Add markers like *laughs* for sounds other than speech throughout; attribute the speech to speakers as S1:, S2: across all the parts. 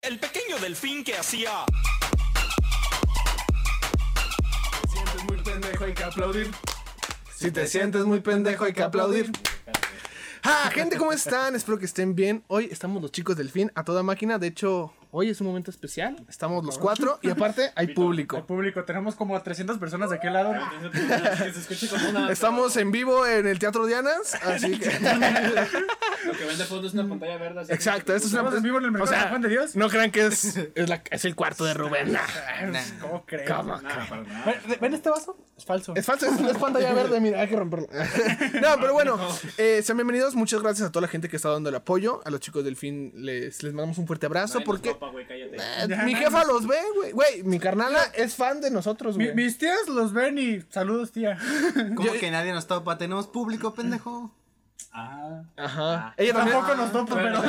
S1: El pequeño delfín que hacía.
S2: Si te sientes muy pendejo hay que aplaudir. Si te sientes muy pendejo hay que aplaudir. Ah, gente, ¿cómo están? Espero que estén bien. Hoy estamos los chicos del fin a toda máquina. De hecho, hoy es un momento especial. Estamos los cuatro y aparte hay
S3: Al
S2: público.
S3: público, tenemos como a 300 personas de aquel lado.
S2: Ah.
S4: *laughs* Que se escuche como una.
S2: Estamos en vivo en el Teatro Dianas, así que...
S4: Lo que ven de fondo es una pantalla verde. así.
S2: Exacto, esto es una...
S3: Estamos en vivo en el mercado
S2: o sea,
S3: de Juan de Dios.
S2: No crean que es, es, la- es el cuarto de Rubén. Nah,
S3: Pues, ¿Cómo crees?
S2: ¿Cómo
S4: Nada, para nada.
S3: ¿Ven, ven este vaso? Es falso.
S2: Es falso, es, es
S3: *laughs*
S2: pantalla verde, mira, hay que romperlo. *laughs* no, pero bueno, eh, sean bienvenidos, muchas gracias a toda la gente que está dando el apoyo. A los chicos del fin les, les mandamos un fuerte abrazo
S4: Ay,
S2: porque
S4: nos guapa, güey, cállate.
S2: eh,
S3: Ya,
S2: mi
S3: no,
S2: jefa los ve, güey. Güey, mi carnala es fan de nosotros,
S3: Mi-
S2: güey.
S3: mis tías los ven y saludos, tía.
S5: ¿Cómo que nadie nos topa? Tenemos público, pendejo.
S4: *laughs* Ah,
S2: Ajá. Ella también.
S3: Tampoco nos topa, pero.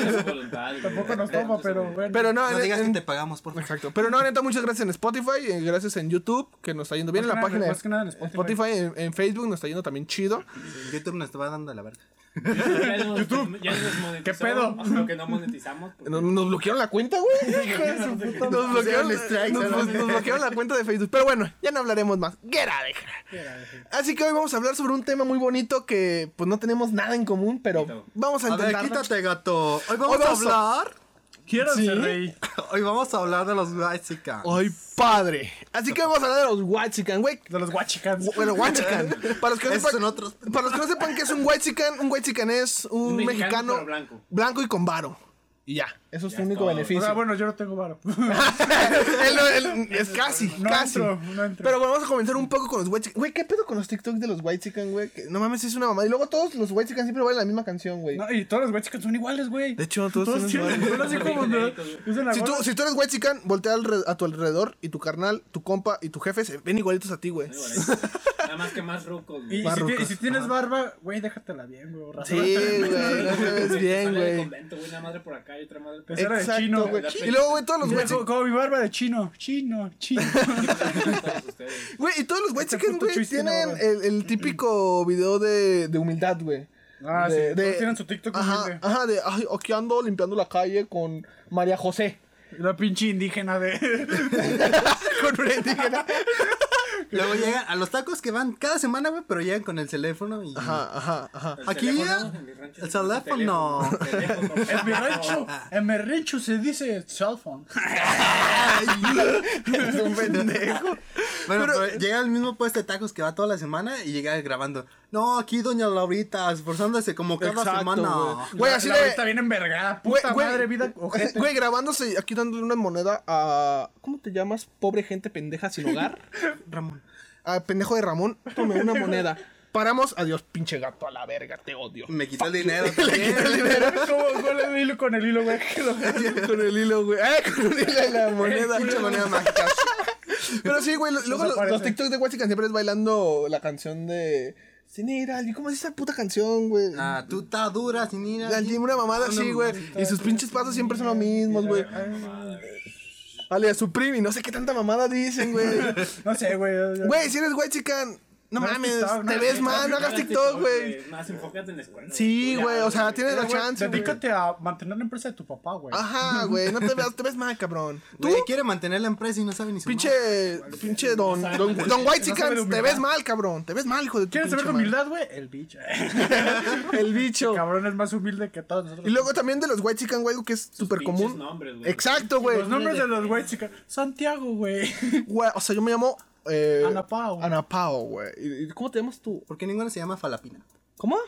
S3: *laughs*
S4: es su voluntad, güey.
S3: Tampoco nos topa, pero bueno.
S2: Pero no,
S5: No
S2: en-
S5: digas
S2: en-
S5: que te pagamos, por favor.
S2: Exacto. Pero no, neta, muchas gracias en Spotify, eh, gracias en YouTube, que nos está yendo bien
S3: Más
S2: en la
S3: que nada-
S2: página.
S3: más que nada en
S2: en
S3: Spotify.
S2: en, en Facebook nos está yendo también chido.
S5: YouTube nos estaba dando la verga.
S2: *laughs*
S4: Ya nos- Ya nos monetizaron,
S3: ¿Qué pedo?
S4: Aunque no monetizamos. pues, porque-
S2: Nos, nos bloquearon la cuenta, güey. *laughs* Hijo de su puta nos, bloquearon, nos- nos- nos bloquearon la cuenta de Facebook. Pero bueno, ya no hablaremos más. Get out of here. Así que hoy vamos a hablar sobre un tema muy bonito que pues no tenemos nada en común, pero
S4: Quito.
S2: vamos a
S5: A ver,
S2: intentarlo.
S5: quítate, gato. Hoy vamos,
S2: Hoy vamos a-
S5: a hablar.
S3: Quiero
S2: ¿Sí?
S3: ser rey.
S5: *laughs* Hoy vamos a hablar de los Guaysica.
S2: Ay, padre. Así que vamos a hablar de los Whitezican, güey.
S3: De los guachicans.
S2: Bueno,
S5: *laughs*
S2: Whitezican. Para los que no sepan,
S5: Esos son otros.
S2: para los que no sepan qué es un Whitezican, un Whitezican es un,
S4: Un
S2: mexicano,
S4: mexicano, pero blanco.
S2: y con varo. Y ya, eso es su
S4: es
S2: único
S4: todo.
S3: O
S2: beneficio.
S3: sea,
S2: *laughs*
S3: bueno, yo no tengo varo. *laughs*
S2: Él no- él- es casi,
S3: No
S2: casi.
S3: entro, no entro.
S2: Pero bueno, vamos a comenzar un poco con los White Chicken. Güey, ¿qué pedo con los TikToks de los White Chicken, güey? Que No mames, es una mamada. Y luego todos los White Chicken siempre bailan la misma canción, güey.
S3: No, y todos los guachicans son iguales, güey.
S2: De hecho, todos son
S3: tienen-
S2: iguales.
S3: son así como. ¿no? Usan la
S2: Si tú,
S3: gorra.
S2: si tú eres White Chicken, voltea al re- a tu alrededor y tu carnal, tu compa y tu jefe se ven igualitos a ti, güey.
S4: Nada más que más rucos.
S3: Y, y si,
S2: *laughs*
S4: güey.
S3: ti-
S2: Barrucos.
S3: y si tienes barba, güey, déjatela bien, güey. borra.
S2: Sí, güey, no te ves bien,
S4: Sale del
S2: güey.
S4: convento, güey, Una madre por acá y otra madre por
S3: Esa-
S4: acá.
S3: era de chino,
S2: Exacto, güey.
S4: la
S2: Y luego, güey, todos los
S3: Mira,
S2: White
S3: como,
S2: Chicken.
S3: *laughs* como mi barba de chino, chino, chino. *laughs*
S4: Todos ustedes.
S2: Güey, y todos los White
S3: Este
S2: Chicken,
S3: puto
S2: güey,
S3: chiste,
S2: tienen
S3: no, güey.
S2: el, el típico video de, de humildad, güey.
S3: Ah, sí,
S2: De-
S3: todos
S2: de-
S3: tienen su TikTok
S2: Ajá,
S3: humilde.
S2: ajá, de, ay, aquí ando limpiando la calle con María José.
S3: La pinche indígena de. *laughs*
S2: con una indígena.
S5: Luego llegan a los tacos que van cada semana, güey, pero llegan con el teléfono y.
S2: Ajá, Ah, ajá, ajá.
S4: El
S5: Aquí
S4: teléfono,
S5: ya-
S4: en mi rancho
S5: el
S4: se usa
S5: teléfono.
S4: teléfono.
S3: En mi rancho, en mi rancho se dice cell phone.
S2: *laughs* Es un pendejo.
S5: *laughs* Bueno, pero, llega al mismo puesto de tacos que va toda la semana y llega grabando. No, aquí Doña Laurita, esforzándose como cada
S2: Exacto,
S5: semana.
S2: güey. Güey, así
S3: la
S2: de-
S3: Está bien envergada.
S2: Güey,
S3: Puta
S2: güey.
S3: madre, vida ojete.
S2: Güey, grabándose aquí dándole una moneda a. ¿Cómo te llamas? Pobre gente pendeja sin hogar. Ramón. A pendejo de Ramón, tome una moneda. Paramos, adiós, pinche gato a la verga, te odio. *laughs*
S5: Me quitó el dinero. también.
S3: Como con el hilo, con el hilo,
S2: *laughs*
S3: güey. que lo-
S2: con el hilo, güey. ¡Eh! Con el hilo de la moneda. *laughs*
S5: Pinche moneda mágica.
S2: Pero sí, güey, lo- luego los,
S3: aparece.
S2: los TikToks de Huachican siempre es bailando la canción de. Sin ir al- ¿Cómo es esa puta canción, güey?
S5: Ah, tú estás dura, sin ir.
S2: La
S5: allí.
S2: una mamada
S5: Una
S2: así, güey. Y sus pinches pasos siempre son los mismos, güey. Ale, a su primi, no sé qué tanta mamada dicen, güey.
S3: No sé, güey. yo- yo-
S2: Güey, si eres güey, chican, no,
S3: No hagas
S2: mames,
S3: TikTok, no
S2: te
S3: hagas
S2: ves
S3: TikTok,
S2: mal, no hagas TikTok, güey.
S4: Más enfócate en la escuela.
S2: Sí, güey, o sea, tienes la
S3: Güey,
S2: chance, güey. Ah,
S3: Dedícate a mantener la empresa de tu papá, güey.
S2: Ajá, güey, no te veas, te ves mal, cabrón. Tú,
S5: Güey, quiere mantener la empresa y no sabe ni su madre.
S2: pinche, pinche don, don, don white
S3: sabe de
S2: chican, te
S3: humildad.
S2: ves mal, cabrón. Te ves mal, hijo de tu
S3: ¿Quieres
S2: pinche
S3: saber la
S2: madre.
S3: humildad, güey? El
S2: *laughs*
S3: bicho.
S2: El bicho.
S3: Cabrón es más humilde que todos nosotros.
S2: Y luego también de los white chican, güey, algo que es súper común.
S4: pinches nombres, güey.
S2: Exacto, güey.
S3: Los nombres de los güeyes, chicas. Santiago, güey.
S2: *laughs* Güey, O sea, yo me llamo... Eh,
S3: Ana Pao.
S2: Ana Pao, güey. ¿Y- y ¿Cómo te llamas tú?
S5: ¿Por qué ninguno se llama Falapina?
S2: ¿Cómo?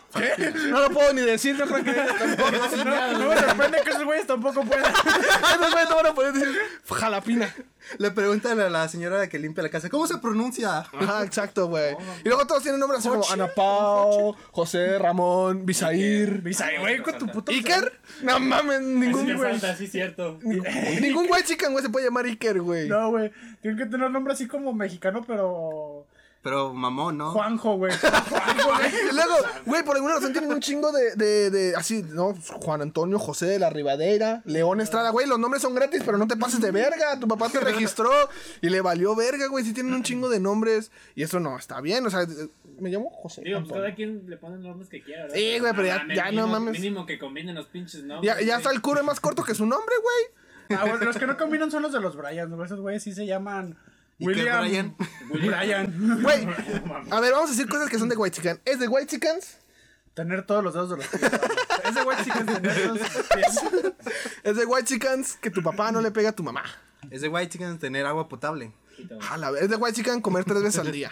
S2: No lo puedo ni decir, no
S3: *laughs*
S2: creo que tampoco.
S3: No, no me sorprende que esos güeyes tampoco puedan. *laughs*
S2: Ah, no, güey, no van a poder decir jalapina.
S5: Le preguntan a la señora que limpia la casa, ¿cómo se pronuncia?
S2: Ajá, exacto, güey. Y luego todos tienen nombres así como Ana Pao, José, Ramón, Bisair.
S3: Bisay, güey, con tu puto.
S2: ¿Iker? No mames,
S4: Así
S2: ningún
S4: me
S2: güey.
S4: falta, sí, cierto.
S2: Ningún güey chican, güey, se puede llamar Iker, güey.
S3: No, güey. Tienen que tener nombre así como mexicano, pero.
S5: Pero mamón, ¿no?
S3: Juanjo, güey. Juanjo, güey.
S2: Y luego, güey, por alguna razón tienen un chingo de, de, de, así, ¿no? Juan Antonio, José de la Ribadera, León Estrada, güey, los nombres son gratis, pero no te pases de verga, tu papá te registró y le valió verga, güey, sí tienen un chingo de nombres y eso no está bien, o sea, eh, me llamo José.
S4: Digo, pues
S2: Antonio.
S4: cada quien le ponen nombres que quiera, ¿verdad? ah,
S2: Sí, güey, pero ya- ya no
S4: mínimo-
S2: mames.
S4: Mínimo que combinen los pinches nombres.
S2: Ya, ya
S4: güey.
S2: hasta el cura es más corto que su nombre, güey.
S3: Ah, bueno, los que no combinan son los de los Bryans, güey. Esos güeyes sí se llaman
S5: ¿Y qué,
S3: William.
S5: Bryan?
S3: Bryan.
S2: *laughs* Güey, a ver, vamos a decir cosas que son de White Chicken. ¿Es de White Chickens?
S3: Tener todos los dedos de los pies. vamos. Ese güey sí que es tener todos los pies.
S2: Es de White Chickens que tu papá no le pega a tu mamá.
S5: Es de White Chicken tener agua
S2: *laughs*
S5: potable.
S2: A la vez, es de White Chicken comer tres veces al *laughs* día.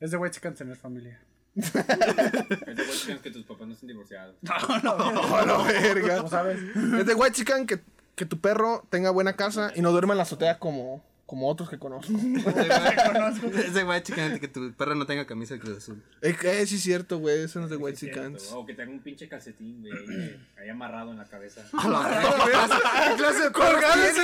S3: Ese güey sí que es tener familia.
S4: Es de White Chickens que tus papás no estén divorciados.
S2: Oh, la verga.
S3: ¿Cómo sabes?
S2: Es de White Chicken que, que tu perro tenga buena casa y no duerma en la azotea como, como otros que conozco.
S5: *laughs* es de White Chicken que tu perro no tenga camisa de Cruz Azul.
S2: Eh, eh, sí, es cierto, güey. Eso no es de White Chickens.
S4: O que tenga un pinche calcetín, güey, ahí amarrado en la cabeza.
S2: ¿Qué clase de perro tienes?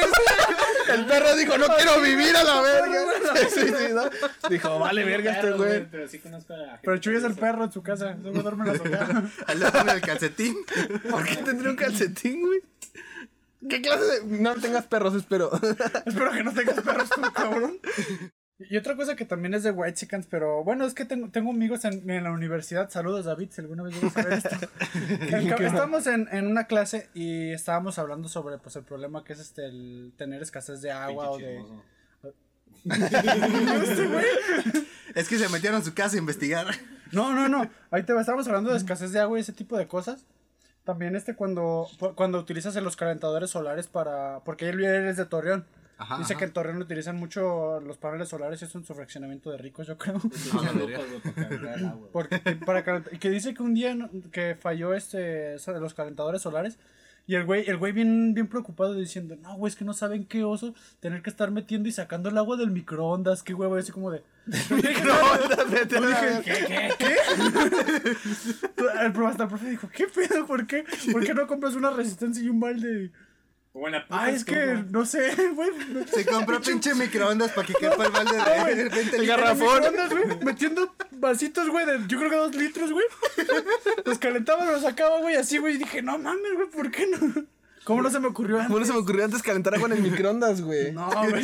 S2: El perro dijo, no quiero vivir a la *laughs* verga. Sí, sí, sí, ¿no? Dijo, vale, verga este
S4: Perro,
S2: güey.
S4: Pero sí conozco a la gente.
S3: Pero Chuy es el perro en su casa. Ese güey duerme en la azotea.
S5: Al lado en el calcetín.
S2: *laughs* ¿Por qué tendría un calcetín, güey? ¿Qué clase de.? No tengas perros, espero. *laughs*
S3: Espero que no tengas perros tú, cabrón. *laughs* Y otra cosa que también es de White Chickens, pero bueno, es que tengo, tengo amigos en, en la universidad. Saludos, David, si alguna vez llegas a ver *laughs* esto. El ca- Estamos en, en una clase y estábamos hablando sobre pues, el problema que es este el tener escasez de agua o
S4: Pinche
S3: de.
S4: chismoso.
S5: Es que se metieron a su casa a investigar.
S3: No, no, no. Ahí te va, estábamos hablando de escasez de agua y ese tipo de cosas. También este cuando, cu- cuando utilizas en los calentadores solares para... Porque él es de Torreón.
S5: Ajá,
S3: Dice
S5: ajá.
S3: que en Torreón utilizan mucho los paneles solares y es un fraccionamiento de ricos, yo creo.
S5: Ah,
S4: Pinche locos, güey, para calentar el agua, güey.
S3: Porque para calent- que dice que un día no- que falló este eso de los calentadores solares y el güey el güey bien bien preocupado diciendo, "No, güey, es que no saben qué oso tener que estar metiendo y sacando el agua del microondas, qué huevo", y así como de
S2: *laughs* No, vete a la verga.
S3: ¿Qué? ¿Qué? El profe, hasta el profe dijo, ¿qué pedo? ¿Por qué? ¿Por qué no compras una resistencia y un balde?
S4: O en la puta
S3: Ay, es que
S4: estufa.
S3: no sé, güey. no-
S2: *laughs*
S5: Se compró pinche microondas para que quepa el balde de, de repente
S2: El
S5: el
S2: garrafón.
S3: microondas, güey, Metiendo vasitos, güey, de yo creo que dos litros, güey. Los calentaba, los sacaba, güey, así, güey. Y dije, no mames, güey, ¿por qué no? ¿Cómo no se me ocurrió antes?
S2: Bueno, se me ocurrió antes calentar agua en el microondas, güey.
S3: No, güey.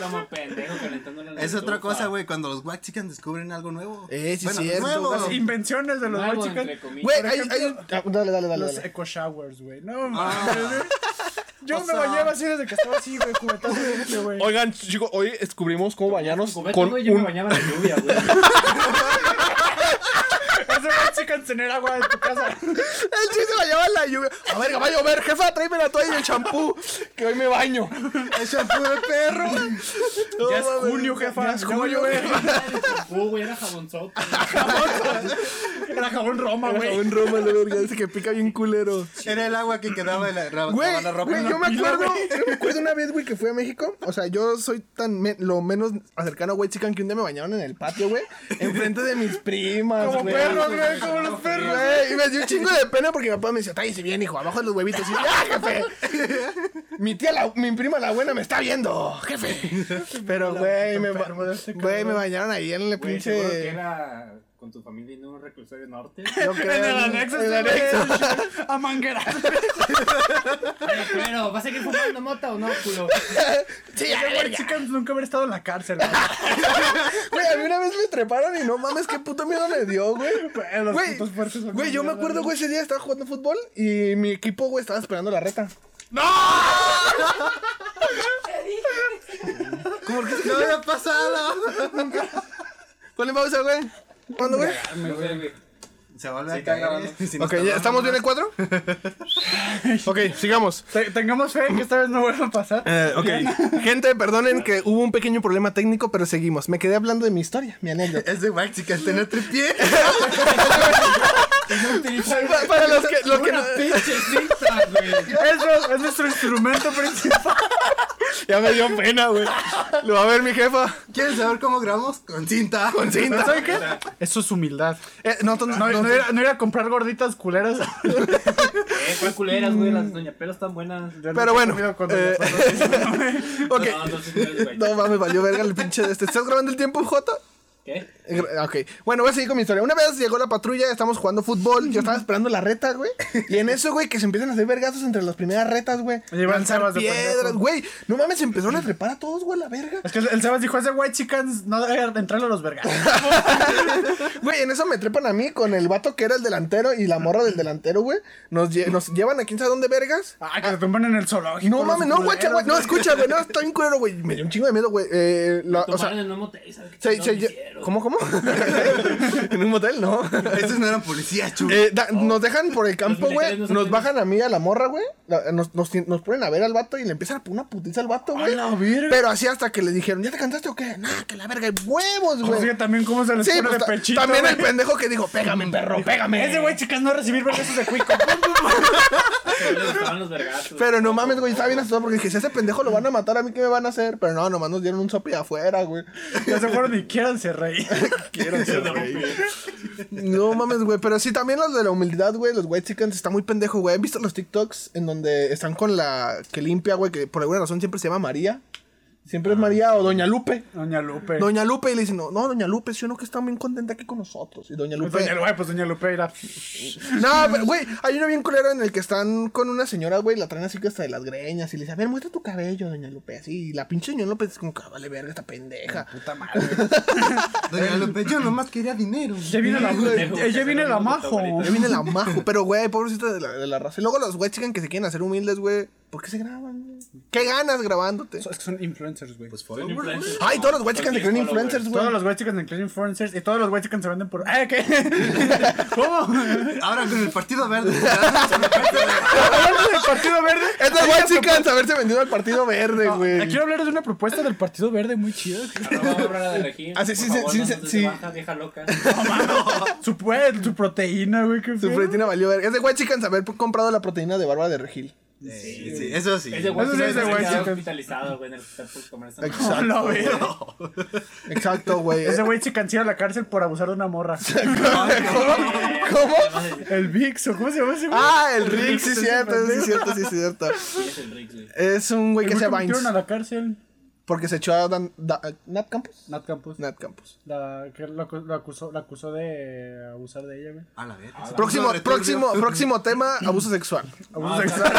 S4: Como pendejo calentándola en la
S5: Es otra
S4: estufa.
S5: cosa, güey, cuando los White Chicken descubren algo nuevo.
S2: Eh, sí,
S5: Bueno,
S2: cierto,
S5: nuevo.
S2: güey.
S3: Las invenciones de los
S4: Algo,
S3: güey, chicas.
S4: entre comillas.
S2: Güey,
S3: Por
S2: hay, hay un.
S3: ejemplo,
S2: ah, Dale, dale, dale.
S3: Los
S2: dale.
S3: eco showers, güey. No
S5: Ah.
S3: mames, güey. Yo
S5: O
S3: me
S5: sea-
S3: bañaba así desde que estaba así, güey, cubetazo de leche, güey.
S2: Oigan, chicos, hoy descubrimos cómo bañarnos
S4: Cubeta,
S2: con
S4: güey, yo me
S2: un.
S4: bañaba en la lluvia, güey.
S3: Ese güey chica tener agua en tu
S2: *laughs*
S3: casa.
S2: *laughs* El chiste se bañaba en la lluvia. A verga, va a llover, jefa, tráeme la toalla y el champú, que hoy me baño.
S5: El shampoo de
S2: *laughs*
S5: perro.
S2: No
S3: Ya es
S2: mames,
S3: junio, jefa,
S2: ya es
S3: ya va a
S2: junio,
S3: llover.
S2: güey.
S3: *laughs*
S4: Uh, güey, era jabonzote.
S3: Era jabón Roma, güey.
S2: Un Roma, la verga, dice que pica bien culero.
S5: Era el agua que quedaba en la, ra-
S2: Güey,
S5: estaba la ropa.
S2: güey,
S5: ¿no?
S2: yo me acuerdo, yo me acuerdo una vez, güey, que fui a México. O sea, yo soy tan me- lo menos cercano a White Chicken que un día me bañaron en el patio, güey. Enfrente de mis primas,
S3: Como
S2: güey.
S3: perros, güey, como los perros.
S2: Güey, y me dio un chingo de pena porque mi papá me decía, si bien, hijo, abajo de los huevitos. Y yo, ¡ah, jefe! Mi tía, la- mi prima la buena, me está viendo, jefe. Pero, güey, me, ba- güey, me bañaron ahí en el
S4: Güey, seguro que
S2: pinche...
S4: era con tu familia y no un reclusorio norte.
S2: Yo creo,
S3: En el anexo,
S2: en el
S3: este güey,
S2: anexo.
S3: A
S2: *laughs*
S3: manguera.
S4: Pero, ¿vas a seguir fumando mota o no, culo?
S2: Sí, a la
S3: Güey,
S2: verga.
S3: chicas nunca haber estado en la cárcel, güey.
S2: Güey, a mí una vez me treparon y no mames, qué puto miedo me dio, güey.
S3: Güey, Los
S2: Güey,
S3: putos fuertes son
S2: güey, yo me
S3: mierda,
S2: acuerdo, güey, ese día estaba jugando fútbol y mi equipo, güey, estaba esperando la reta.
S5: Como que no había pasado.
S2: ¿Cuál es pausa, güey? ¿Cuándo, güey?
S4: No sé, güey.
S5: Se vuelve
S4: Sí,
S5: a
S4: está
S5: caer.
S4: grabando.
S5: eh. Si nos
S2: Ok, ¿ya estamos bien en
S5: tardamos
S2: cuatro? Ok, sigamos.
S3: Te- Tengamos fe que esta vez no vuelva a pasar.
S2: Eh, ok, gente, perdonen que hubo un pequeño problema técnico, pero seguimos. Me quedé hablando de mi historia, mi
S5: más.
S2: anécdota.
S5: *laughs* Es de White Chicken tener tripié.
S2: *laughs* Pa- Para los que, los que no-
S3: Eso es nuestro instrumento principal.
S2: *laughs* Ya me dio pena, güey. Lo va a ver mi jefa.
S5: ¿Quieren saber cómo grabamos? Con cinta.
S2: Con cinta.
S3: ¿Saben qué? Eso es humildad.
S2: Eh, no, no,
S3: No,
S2: no,
S3: no ir, a- no ir a comprar gorditas culeras.
S4: Eh, ¿cuál culeras, güey? Las doña pelos tan buenas.
S2: Pero bueno, eh,
S3: Pero
S2: ok.
S4: No, no, no, sí, güey.
S2: No mames, valió verga el pinche de este. ¿Estás grabando el tiempo, Jota?
S4: ¿Qué?
S2: Eh, Ok, bueno, voy a seguir con mi historia. Una vez llegó la patrulla, estamos jugando fútbol, yo estaba esperando la reta, güey. Y en eso, güey, que se empiezan a hacer vergazos entre las primeras retas, güey.
S3: Y iban
S2: Lanzar
S3: chavas de
S2: piedras,
S3: pendejo.
S2: güey. No mames, se empezaron a trepar a todos, güey, a la verga.
S3: Es que el Sebas dijo, ese white chicans no debe entrarle a los
S2: *laughs*
S3: vergas.
S2: Güey, en eso me trepan a mí con el vato que era el delantero y la morra del delantero, güey. Nos, lle- nos llevan a quién sabe dónde vergas.
S3: Ah, que se tumban en el zoológico.
S2: No
S3: los
S2: mames, no,
S3: culeros,
S2: guacha, güey. No, escucha, güey. No, está bien culero, güey. Me dio un chingo de miedo, güey. Eh, la- o
S4: Tomaron
S2: sea,
S4: en un motel, ¿sabes qué?
S2: se-
S4: chingados
S2: se-
S4: hicieron?
S2: ¿Cómo, cómo? *laughs* en un motel, no.
S5: Estos no eran policías, chulo.
S2: Eh, da- Nos dejan por el campo,
S4: militares
S2: güey.
S4: no son
S2: Nos
S4: pendejos.
S2: bajan a mí a la morra, güey. la- Nos, nos, nos ponen a ver al vato y le empiezan a poner una putiza al vato, güey.
S3: la verga.
S2: Pero así hasta que le dijeron, ¿ya te cansaste o qué? Nah, que la verga, huevos, güey.
S3: Consigue Pues también cómo se les
S2: Sí,
S3: pone
S2: pues,
S3: de
S2: ta-
S3: pechito.
S2: también
S3: güey.
S2: el pendejo que dijo, pégame, perro, pégame.
S3: Ese güey chicas no va a recibir vergazos de cuico. *laughs*
S4: Se les tomaron los vergazos.
S2: Pero no mames, güey, estaba bien asustado porque dije, si a ese pendejo lo van a matar, ¿a mí qué me van a hacer? Pero no, nomás nos dieron un sope afuera, güey.
S3: ya se fueron y quieran se
S2: *laughs*
S3: reír.
S2: Quiero ser güey. No mames, güey, pero sí, también los de la humildad, güey, los white chickens, está muy pendejo, güey. ¿Han visto los TikToks en donde están con la que limpia, güey, que por alguna razón siempre se llama María? Siempre
S3: Ah,
S2: es María o Doña Lupe.
S3: Doña Lupe.
S2: Doña Lupe, y le dicen, no, no, Doña Lupe, si uno que está bien contenta aquí con nosotros. Y Doña
S3: Pues
S2: Lupe,
S3: Doña Lupe, pues Doña Lupe era...
S2: No, pero, güey, hay uno bien culero en el que están con una señora, güey, la traen así que hasta de las greñas y le dice, a ver, muestra tu cabello, doña Lupe, así. Y la pinche doña Lupe es como, "Ah, vale, verga, esta pendeja.
S3: Ah, Puta madre.
S2: eh.
S5: Doña Lupe, yo nomás quería dinero.
S3: Ya viene la... Eh,
S4: güey.
S3: Ya viene la majo.
S2: Ahí viene la majo, pero, güey, pobrecita de la, de la raza. Y luego los güey chican que se quieren hacer humildes, güey, ¿por qué se graban, güey? ¿Qué ganas grabándote?
S3: Es que son influencers, güey.
S5: Pues
S4: Son
S5: followers, güey.
S4: influencers.
S2: Ay, todos los güey chican se creen
S4: Cualquier
S2: influencers, güey.
S3: Todos los white chicans incluyen influencers y todos los white chicans se venden por... ¡Eh, qué! *laughs* ¿Cómo?
S5: Ahora con el
S2: *laughs*
S5: partido verde.
S3: Hablando del Partido Verde. Eh,
S2: Estos güey chicans haberse vendido al Partido Verde, güey.
S3: Quiero hablar de una propuesta del Partido Verde muy chida.
S4: Arroba Bárbara de Regil,
S2: Ah, sí,
S4: por
S2: sí,
S4: favor,
S2: sí,
S4: no
S2: sí,
S4: se te
S2: sí.
S4: baja, vieja loca.
S3: Su, pue- su proteína, güey. qué
S2: Su
S3: pedo.
S2: proteína valió verga. Es de güey chican haber comprado la proteína de Bárbara de Regil.
S5: Sí, sí, eso sí.
S4: Es de
S3: Eso sí es de
S4: Washington,
S3: Washington.
S4: está hospitalizado, güey, en el hospital por comer esa mamada.
S3: A la verga.
S2: Exacto, güey. *laughs*
S3: Ese güey se cancela a la cárcel por abusar de una morra.
S2: ¿Cómo? ¿Cómo?
S3: El Vix, ¿o ¿cómo se llama ese güey?
S2: Ah, el Rick, sí, cierto, sí, cierto, sí, cierto.
S4: Sí, es el Riggs, güey.
S2: Es un güey
S3: El
S2: que
S3: güey que
S2: se llama
S3: metieron a
S2: Vines.
S3: la cárcel.
S2: Porque se echó a Dan, Da- Nat Campos.
S3: Nat Campos.
S2: Nat Campos.
S3: La, que lo, acu- lo acusó, la acusó de abusar de ella, güey.
S5: A la verga.
S2: Próximo,
S5: Returbio.
S2: próximo, próximo tema, abuso sexual.
S3: Abuso
S4: Ah,
S3: sexual.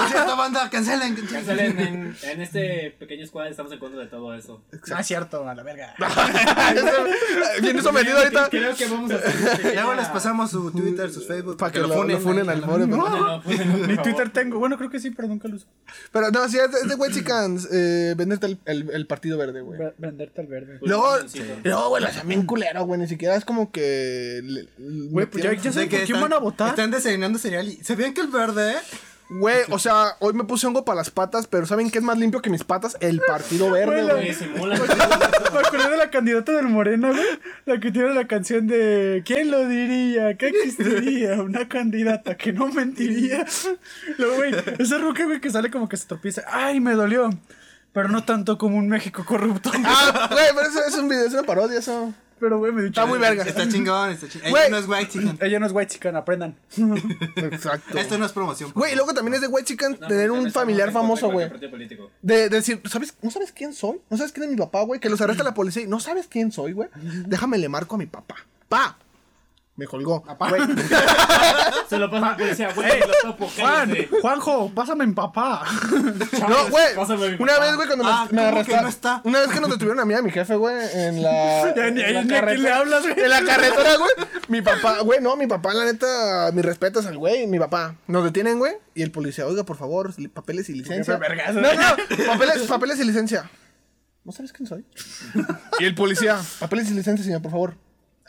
S5: Por cierto, banda, cancelen. cancelen.
S4: Cancelen, en, en este pequeño squad estamos en contra de todo eso.
S3: No es cierto, a la verga.
S2: *laughs* Viene sometido ahorita
S4: Creo que vamos a hacer.
S5: *laughs* Y luego les pasamos su Twitter, sus Facebook.
S2: para que lo funen, funen al
S5: moro
S2: more. pero-
S4: No, pues, no, por
S3: Ni
S4: favor.
S3: Twitter tengo. Bueno, creo que sí, pero nunca lo uso.
S2: Pero no, sí, es de- es de güey chicans. eh, Venderte el- el el partido verde, güey.
S3: Ve- Venderte al verde.
S4: Pues,
S2: Luego,
S4: sí, sí.
S2: luego, güey, lo hacían bien culero, güey. Ni siquiera es como que. le-
S3: Güey, pues ya, ya
S5: sé
S3: saben por quién van a votar.
S5: Están desayunando cereal y... ¿Se veían que el verde, eh?
S2: Güey, o sea, hoy me puse hongo para las patas, pero ¿saben qué es más limpio que mis patas? El partido verde,
S3: Güey, la-
S2: güey.
S4: Güey, simulan.
S3: *laughs* Me acordé de la candidata del Morena, güey. La que tiene la canción de ¿Quién lo diría? ¿Qué existiría? Una candidata que no mentiría. Luego, güey, ese ruque, güey, que sale como que se tropieza. ¡Ay, me dolió! Pero no tanto como un México corrupto.
S2: Ah, güey, pero eso es un video, es una parodia, eso.
S3: Pero, güey, me dicho.
S2: Está muy verga.
S5: Está chingón, está chingón.
S2: Güey.
S5: Ella no es white chicken.
S3: Ella no es white chican, aprendan.
S2: Exacto.
S5: Esto no es promoción. por
S2: Güey, y luego también es de güey chican
S4: No,
S2: tener
S4: pues,
S2: un
S4: estamos
S2: familiar
S4: en contra de
S2: famoso, güey.
S4: cualquier partido político.
S2: De, de decir, ¿sabes, ¿no sabes quién soy? ¿No sabes quién es mi papá, güey? Que los arresta la policía y no sabes quién soy, güey. Déjame le marco a mi papá. ¡Pa! Me colgó. Güey,
S4: Se lo pasa a la policía, güey, lo topo,
S3: Juan,
S4: cállate.
S3: Juanjo, pásame mi papá.
S2: No,
S4: Pásame a
S2: güey.
S4: mi
S2: Una
S4: papá.
S2: vez, güey, cuando me-
S5: Ah,
S2: me
S5: ¿cómo que
S2: arrestaron.
S5: no está?
S2: Una vez que nos detuvieron a mí y a mi jefe, güey, en la.
S3: Ya ni-
S2: en
S3: ni a
S2: la
S3: quién le
S2: carretera.
S3: hablas, güey.
S2: En la carretera, güey. Mi papá, güey, no, mi papá, la neta, mis respetos al güey, mi papá. Nos detienen, güey, y el policía, oiga, por favor, li- papeles y licencia.
S3: fue vergazo.
S2: No, no, papeles, papeles y licencia. ¿No sabes quién soy? Y el policía, papeles y licencia, señor, por favor.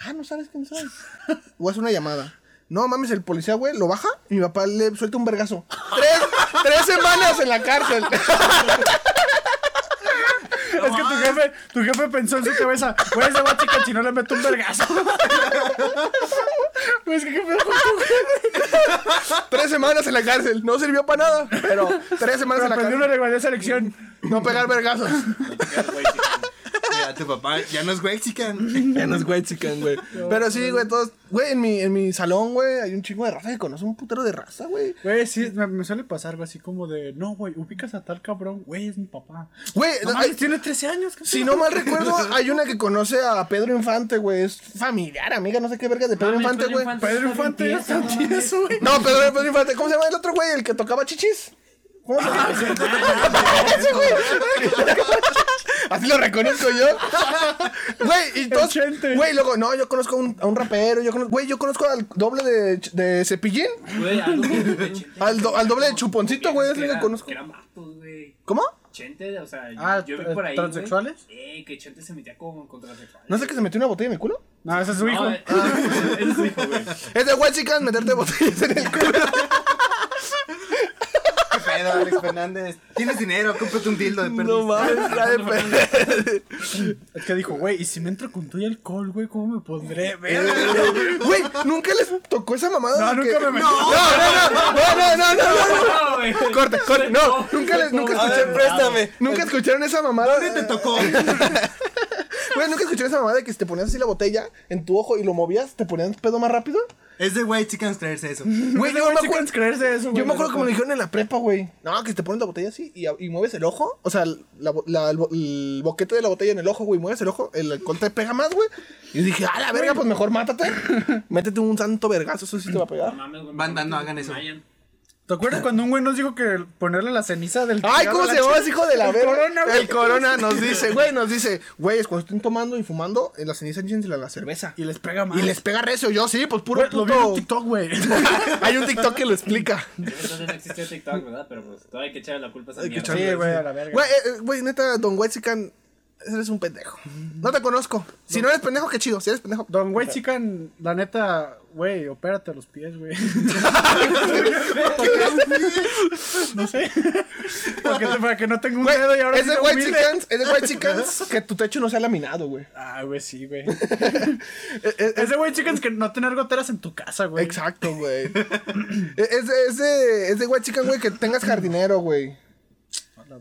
S2: Ah, ¿no sabes quién soy? O hace una llamada. No mames, el policía, güey, lo baja y mi papá le suelta un vergazo. Tres, tres semanas en la cárcel.
S3: es que tu jefe, tu jefe pensó en su cabeza, güey, ese guachi si no le meto un
S2: *laughs*
S3: vergazo. Güey, es que qué pedo con tu jefe.
S2: Tres semanas en la cárcel. No sirvió para nada, pero tres semanas en la
S3: Aprendí
S2: cárcel.
S3: una regla de selección.
S2: No pegar vergazos.
S4: Lo toqué al güey, chican.
S5: cierto. Ya tu papá ya no es mexican.
S2: Ya no es white
S3: *laughs*
S2: chican, güey. Pero sí, güey, todos. Güey, en mi, en mi salón, güey, hay un chingo de raza que conoce un putero de raza, güey.
S3: Güey, sí, me, me suele pasar algo así como de, no, güey, ubicas a tal cabrón, güey, es mi papá.
S2: Güey,
S3: No
S2: hay-
S3: mames, tiene 13 años. ¿qué
S2: si
S3: pedo?
S2: no
S3: *laughs*
S2: mal recuerdo, hay una que conoce a Pedro Infante, güey. Es familiar, amiga, no sé qué verga de Pedro
S4: Mames,
S2: Infante, güey.
S3: Pedro Infante ya
S4: está
S3: está
S4: bien tieso,
S3: tieso, güey.
S2: No, Pedro, Pedro Infante. ¿Cómo se llama el otro güey? El que tocaba chichis. ¿Cómo se llama? *laughs* Ese güey. Así lo reconozco yo. Güey, y todos.
S3: Chente.
S2: Güey, luego, no, yo conozco a un, a un rapero. Yo conozco, güey, yo conozco al doble de, de Cepillín.
S4: Güey, algo
S2: *laughs*
S4: que de Chente.
S2: Al do- al doble de chuponcito, güey, es
S4: Que
S2: el que
S4: era-
S2: conozco.
S4: Que eran vatos, güey.
S2: ¿Cómo?
S4: Chente, o sea,
S3: Ah,
S4: yo
S3: eh,
S4: vi por ahí.
S3: ¿transexuales?
S4: güey, eh, que Chente se metía con, con transexuales.
S2: ¿No sé que se metió una botella en mi culo?
S3: No, ese es su hijo.
S4: No, eh, ah, es su hijo, güey.
S2: Es de güey, chicas, meterte botellas en *laughs* el culo.
S5: ¿Qué pedo, Alex Fernández? Tienes dinero, cómprate un dildo de perro.
S2: No mames, la de pe-
S3: Es que dijo, güey, y si me entro con tu y alcohol, güey, ¿cómo me
S2: Eh,
S3: pondré?
S2: Güey, nunca les tocó esa mamada.
S3: No,
S2: de
S3: nunca
S2: que-
S3: me metí.
S2: No, no, no, no, no, no, no, no.
S4: No, güey.
S2: Corte,
S3: *laughs*
S2: corte. No, nunca les, nunca
S5: A ver,
S2: escuché, préstame. Nunca escucharon esa mamada.
S5: ¿Dónde te tocó?
S2: Güey, nunca escucharon esa mamada de que si te ponías así la botella en tu ojo y lo movías, te ponían pedo más rápido.
S5: Es de white chicans traerse eso.
S2: Güey, yo me acuerdo.
S3: puedes creerse eso,
S2: *laughs*
S3: güey.
S2: Yo me acuerdo como me dijeron en la prepa, güey. No, que te ponen la botella así y, y mueves el ojo. O sea, la bo- la- el, bo- el boquete de la botella en el ojo, güey. Mueves el ojo, el alcohol te pega más, güey. Y dije, a la verga, pues mejor *laughs* mátate. Métete un santo vergazo, eso sí te va a
S4: No
S2: pegar.
S4: mames, güey, me
S5: Banda, no
S4: acuerdo
S5: hagan
S4: que
S5: eso.
S4: Mayan.
S3: ¿Te acuerdas cuando un güey nos dijo que ponerle la ceniza del
S2: Ah. Ay,
S3: cigarro
S2: ¿cómo
S3: a la
S2: se llama
S3: chica?
S2: ese hijo de la
S3: El
S2: verga?
S3: corona, güey.
S2: El corona nos dice, güey, nos dice, güey, es cuando estén tomando y fumando, eh, la ceniza échensela a la cerveza.
S3: Y les pega más.
S2: Y les pega recio. Yo sí, pues puro
S3: Güey, Lo vi en
S2: puto-
S3: TikTok, güey.
S2: *laughs* Hay un TikTok que lo explica.
S4: Entonces no existía TikTok, ¿verdad? Pero pues todavía hay que echarle la culpa a esa
S2: Hay que
S4: mierda.
S2: echarle-
S3: Sí, güey, a la verga.
S2: Güey, eh, eh, güey, neta, Don Wexican, eres un pendejo. No te conozco. Si no eres pendejo, qué chido. Si eres pendejo. Eh,
S3: Don güey, chican, la neta, güey, opérate los pies, güey. *laughs* no sé. Porque, para que no tenga un
S2: Güey,
S3: dedo y ahora
S2: es
S3: sí
S2: de
S3: te
S2: White
S3: humilde.
S2: Chicans, es de White Chicans *laughs* que tu techo no sea laminado, güey.
S3: Ah, güey, sí, güey.
S2: Eh, eh,
S3: Ese güey, chicas, que no tener goteras en tu casa, güey.
S2: Exacto, güey. *laughs* Eh, es, de- es de, es de White Chican, güey, que tengas jardinero, güey.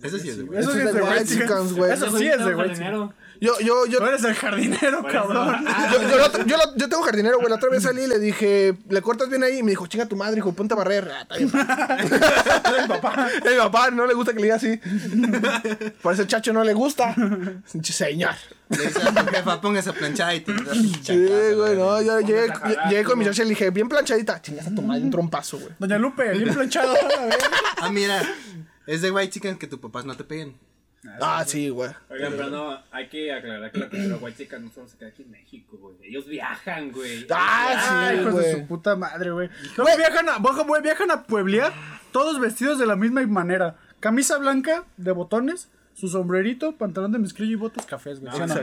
S5: Eso sí es de white.
S3: Eso
S2: Eso
S3: sí
S2: es
S3: es
S2: de
S3: de
S2: White
S3: güey,
S2: Chicans,
S3: chicas.
S2: güey.
S3: Eso
S4: Yo
S3: sí es
S4: soy
S3: de güey. chicas.
S4: jardinero.
S2: Yo, yo, yo
S3: Tú eres el jardinero,
S4: Por eso.
S3: cabrón.
S2: Yo, yo, la otra- yo la- yo tengo jardinero, güey. La otra vez salí y le dije, le cortas bien ahí. Y me dijo, chinga tu madre, hijo, ponte a barrer. Ah, está bien, *laughs* pa. mi papá. mi papá no le gusta que le diga así. Por eso el chacho no le gusta. Señor.
S5: Le dices a tu jefa, póngase a planchar y te da pinche
S2: Sí,
S5: chanclazo,
S2: güey, no. Yo llegué,
S4: a jalar,
S2: llegué con mi chacho y le dije, bien planchadita. Chingas a tu madre, un trompazo, güey.
S3: Doña Lupe, bien planchado. a
S4: *laughs*
S3: ver.
S5: Ah, mira. Es de white chicans que tus papás no te peguen.
S2: Ah, sí, güey.
S4: Oigan, pero no, hay que aclarar que la cultura white chica no solo se queda aquí en México, güey. Ellos viajan, güey.
S2: Ah,
S3: Ay,
S2: sí,
S3: hijos de su
S2: güey.
S3: puta madre, güey. No, viajan a, baja, güey, viajan a pueblear, todos vestidos de la misma manera. Camisa blanca, de botones, su sombrerito, pantalón de mezclilla y botas cafés, güey. ¿sí o no?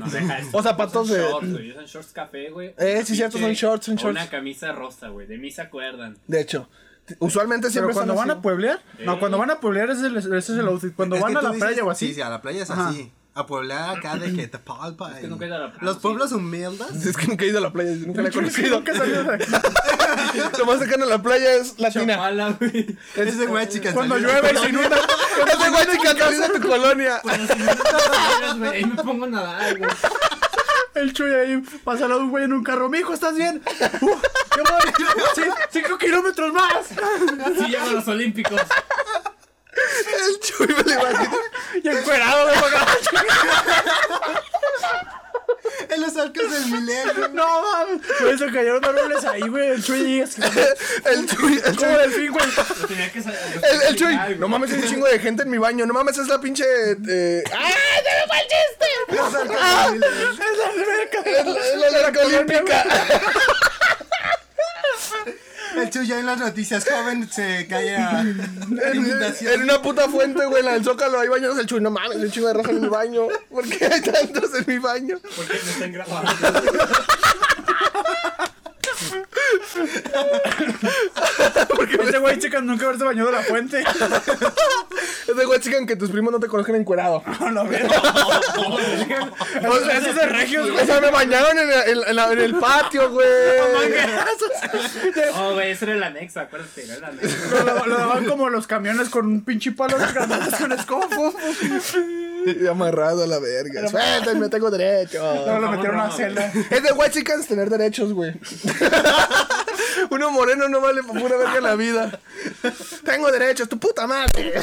S2: O zapatos
S4: de.
S2: de-
S4: Shorts, güey. Usan shorts café, güey.
S2: Eh, sí, cierto, son shorts, son
S4: O Una
S2: shorts.
S4: camisa rosa, güey. De mí se acuerdan.
S2: De hecho, usualmente
S3: Pero
S2: siempre
S3: cuando
S2: están
S3: van
S2: así. *laughs*
S3: a pueblear, no, cuando van a pueblear ese es el, ese es el outfit. Cuando
S5: Es
S3: van
S5: que
S3: a
S5: tú
S3: la
S5: dices-
S3: playa o así.
S5: Sí, sí, a la playa es
S3: Ajá.
S5: así. A pueblar acá de que te palpa.
S4: que nunca he ido a la playa,
S5: Los
S4: sí.
S5: pueblos humildes.
S2: Es que nunca he ido a la playa, nunca la he conocido.
S3: Nunca he salido de aquí.
S2: Lo más cercano a la playa es latina.
S4: Chapala,
S2: *laughs*
S4: güey.
S5: Es de white chicans.
S3: Cuando
S5: salido.
S3: llueve y se inunda.
S2: Es de White Chican, salida de tu colonia. *laughs*
S4: Cuando se me gustan las maneras, güey. Ahí me pongo a nadar, güey.
S3: El chuy ahí pasa al lado de un güey en un carro. Mijo, ¿estás bien? Uh, ¿Qué voy? *laughs* Sí, ¡Cinco kilómetros más!
S4: Sí, llego a los Olímpicos.
S2: El Chuy me le va a decir,
S3: Y encuerado, güey.
S5: En los arcos del milenio.
S3: No mames. Por eso cayeron árboles ahí, güey. El chuy es
S2: El Chuy, el
S3: como
S2: Chuy.
S3: delfín, güey.
S4: Yo tenía que sa- yo tenía
S2: El,
S4: que
S2: el Chuy,
S4: llegar, güey.
S2: no mames, hay un chingo de gente en mi baño. No mames, es la pinche. Eh... ¡Ay, no me
S5: Los
S2: manchaste!
S5: arcos del milenio.
S3: Es la alberca.
S2: Es la- es la alerta olímpica.
S5: El Chuy ya en las noticias joven se
S2: *laughs*
S5: cae a la inundación.
S2: En una puta fuente, güey, la del Zócalo. Ahí bañanos el Chuy. No mames, hay un chingo de raza en mi baño. ¿Por qué hay tantos en mi baño?
S4: ¿Por qué me están grabando?
S3: Ese güey, chicas, nunca haberse bañado en la fuente.
S2: Es de güey, chican, que tus primos no te conozcan encuerado.
S3: No, *laughs* la verga.
S2: O sea,
S3: Eso es de regios, güey.
S2: O sea, me bañaron en, la- en la- en el patio, güey.
S4: Oh, güey, ese era el anexo, acuérdate, era el anexo.
S3: Lo, lo daban como los camiones con un pinche palo de grandotes con escoba.
S2: Y amarrado a la verga. Suéltame, tengo derecho.
S3: Luego lo metieron a
S4: no.
S3: celda.
S2: Es de white chicans tener derechos, güey. *laughs* Uno moreno no vale por pura verga la vida. Tengo derechos, tu puta madre.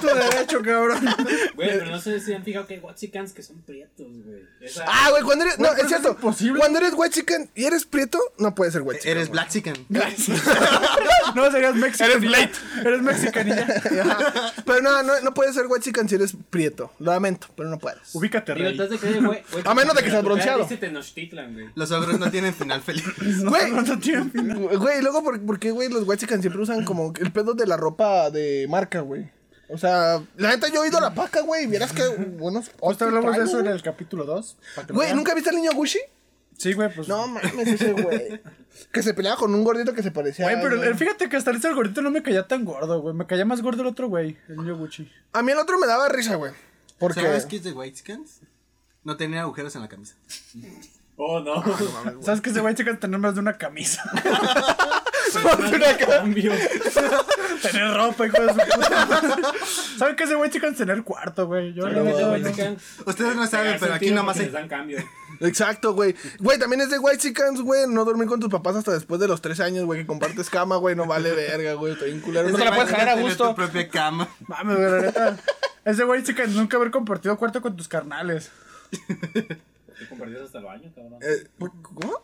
S3: Tu derecho, cabrón.
S4: Güey, pero no sé si han fijado que hay Watsicans que son prietos, güey. Esa-
S2: Ah, güey, cuando eres. No, es cierto.
S3: imposible.
S2: Cuando eres white chican y eres prieto, no puedes ser white chican.
S5: Eres Black Chicken.
S3: No, serías mexicano. Eres late. Eres mexicanilla.
S2: *laughs* Ajá. Pero no, no, no puedes ser white chican si eres prieto. Lo lamento, pero no puedes.
S3: Ubícate,
S4: Digo,
S3: rey.
S4: estás de creer, güey. güey,
S2: A menos de que seas
S4: tu cara
S2: bronceado.
S4: Dice Tenochtitlan, güey.
S5: Los ogros no tienen final feliz.
S2: Güey.
S3: No, no tiene fin.
S2: Güey, y luego, ¿por, por qué, güey, los guachican siempre usan como el pedo de la ropa de marca, güey? O sea, la neta, yo he ido a la paca, güey, vieras que buenos...
S3: Justo hablamos de
S2: traigo,
S3: eso en
S2: güey.
S3: el capítulo 2.
S2: Güey, ¿nunca viste al niño Gucci?
S3: Sí, güey, pues.
S2: No mames, ese güey. que se peleaba con un gordito que se parecía...
S3: Güey,
S2: a-
S3: pero el- fíjate que hasta el gordito no me caía tan gordo, güey. Me caía más gordo el otro güey, el niño Gucci.
S2: A mí el otro me daba risa, güey. Porque...
S5: ¿Sabes qué es de White Chickens? No tenía agujeros en la camisa.
S4: Oh, no.
S3: ¿Sabes que ese güey checa tener más de una camisa?
S2: Ponte una cara.
S4: Cambio.
S3: tener ropa, hijo de su puta. ¿Sabes que ese güey checa tener cuarto, güey? Yo
S4: Pero
S3: no,
S4: los
S3: no,
S4: Watsicans.
S5: Ustedes no saben,
S4: pegarse
S5: pero
S4: un
S5: aquí
S4: tiro
S5: nada más
S4: porque
S5: hay...
S4: les dan cambio.
S2: Exacto, güey. Güey, también es de white chicans, güey. No dormir con tus papás hasta después de los tres años, güey, que compartes cama, güey. No vale verga, güey. Estoy bien culero.
S5: Es
S2: No te
S5: de
S2: la puedes
S5: White
S2: jalar a
S5: Chickens
S2: gusto.
S5: tener tu propia cama.
S3: Mames, güey, la neta. Ese güey checa nunca haber compartido cuarto con tus carnales.
S4: Te compartías hasta el baño, cabrón.
S2: Eh, ¿Cómo?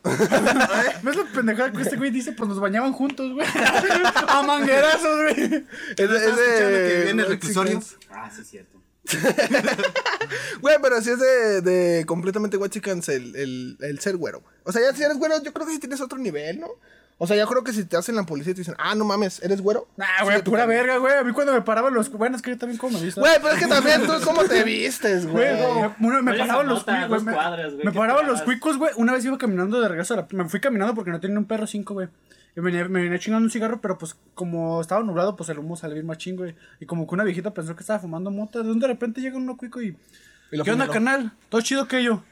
S3: ¿Ves la pendejada que este güey dice? Pues nos bañaban juntos, güey. A manguerazos, güey.
S2: Es de, es
S5: ¿Estás escuchando
S2: de-
S5: que viene
S2: White
S5: el reclusorio?
S2: Chickens.
S4: Ah, sí, es cierto.
S2: Güey, pero si es de, de completamente guachicans el, el, el ser güero. güey. O sea, ya si eres güero, yo creo que si tienes otro nivel, ¿no? O sea, yo creo que si te hacen la policía y te dicen, ah, no mames, ¿eres güero?
S3: Nah,
S5: Ah,
S3: güey,
S2: Sigue tu
S3: pura
S2: camino.
S3: verga, güey. A mí cuando me paraban los. Bueno, es que yo también como me visto.
S2: Güey, pero es que también tú cómo te vistes, güey.
S3: Güey, no, me, me
S4: Oye,
S3: paraban
S4: esa
S3: los
S4: nota,
S3: cuicos, güey.
S4: dos
S3: Me,
S4: cuadras, güey,
S3: me
S4: que
S3: paraban
S4: te
S3: los
S4: vas.
S3: cuicos, güey. Una vez iba caminando de regreso a la. Me fui caminando porque no tenía un perro 5, güey. Y me, me venía chingando un cigarro, pero pues como estaba nublado, pues el humo salía bien machín, güey. Y como que una viejita pensó que estaba fumando mota. De un de repente llega uno cuico y.
S2: Y lo
S3: ¿Qué onda,
S2: apuñaló.
S3: canal? Todo chido que
S2: *laughs*
S3: yo.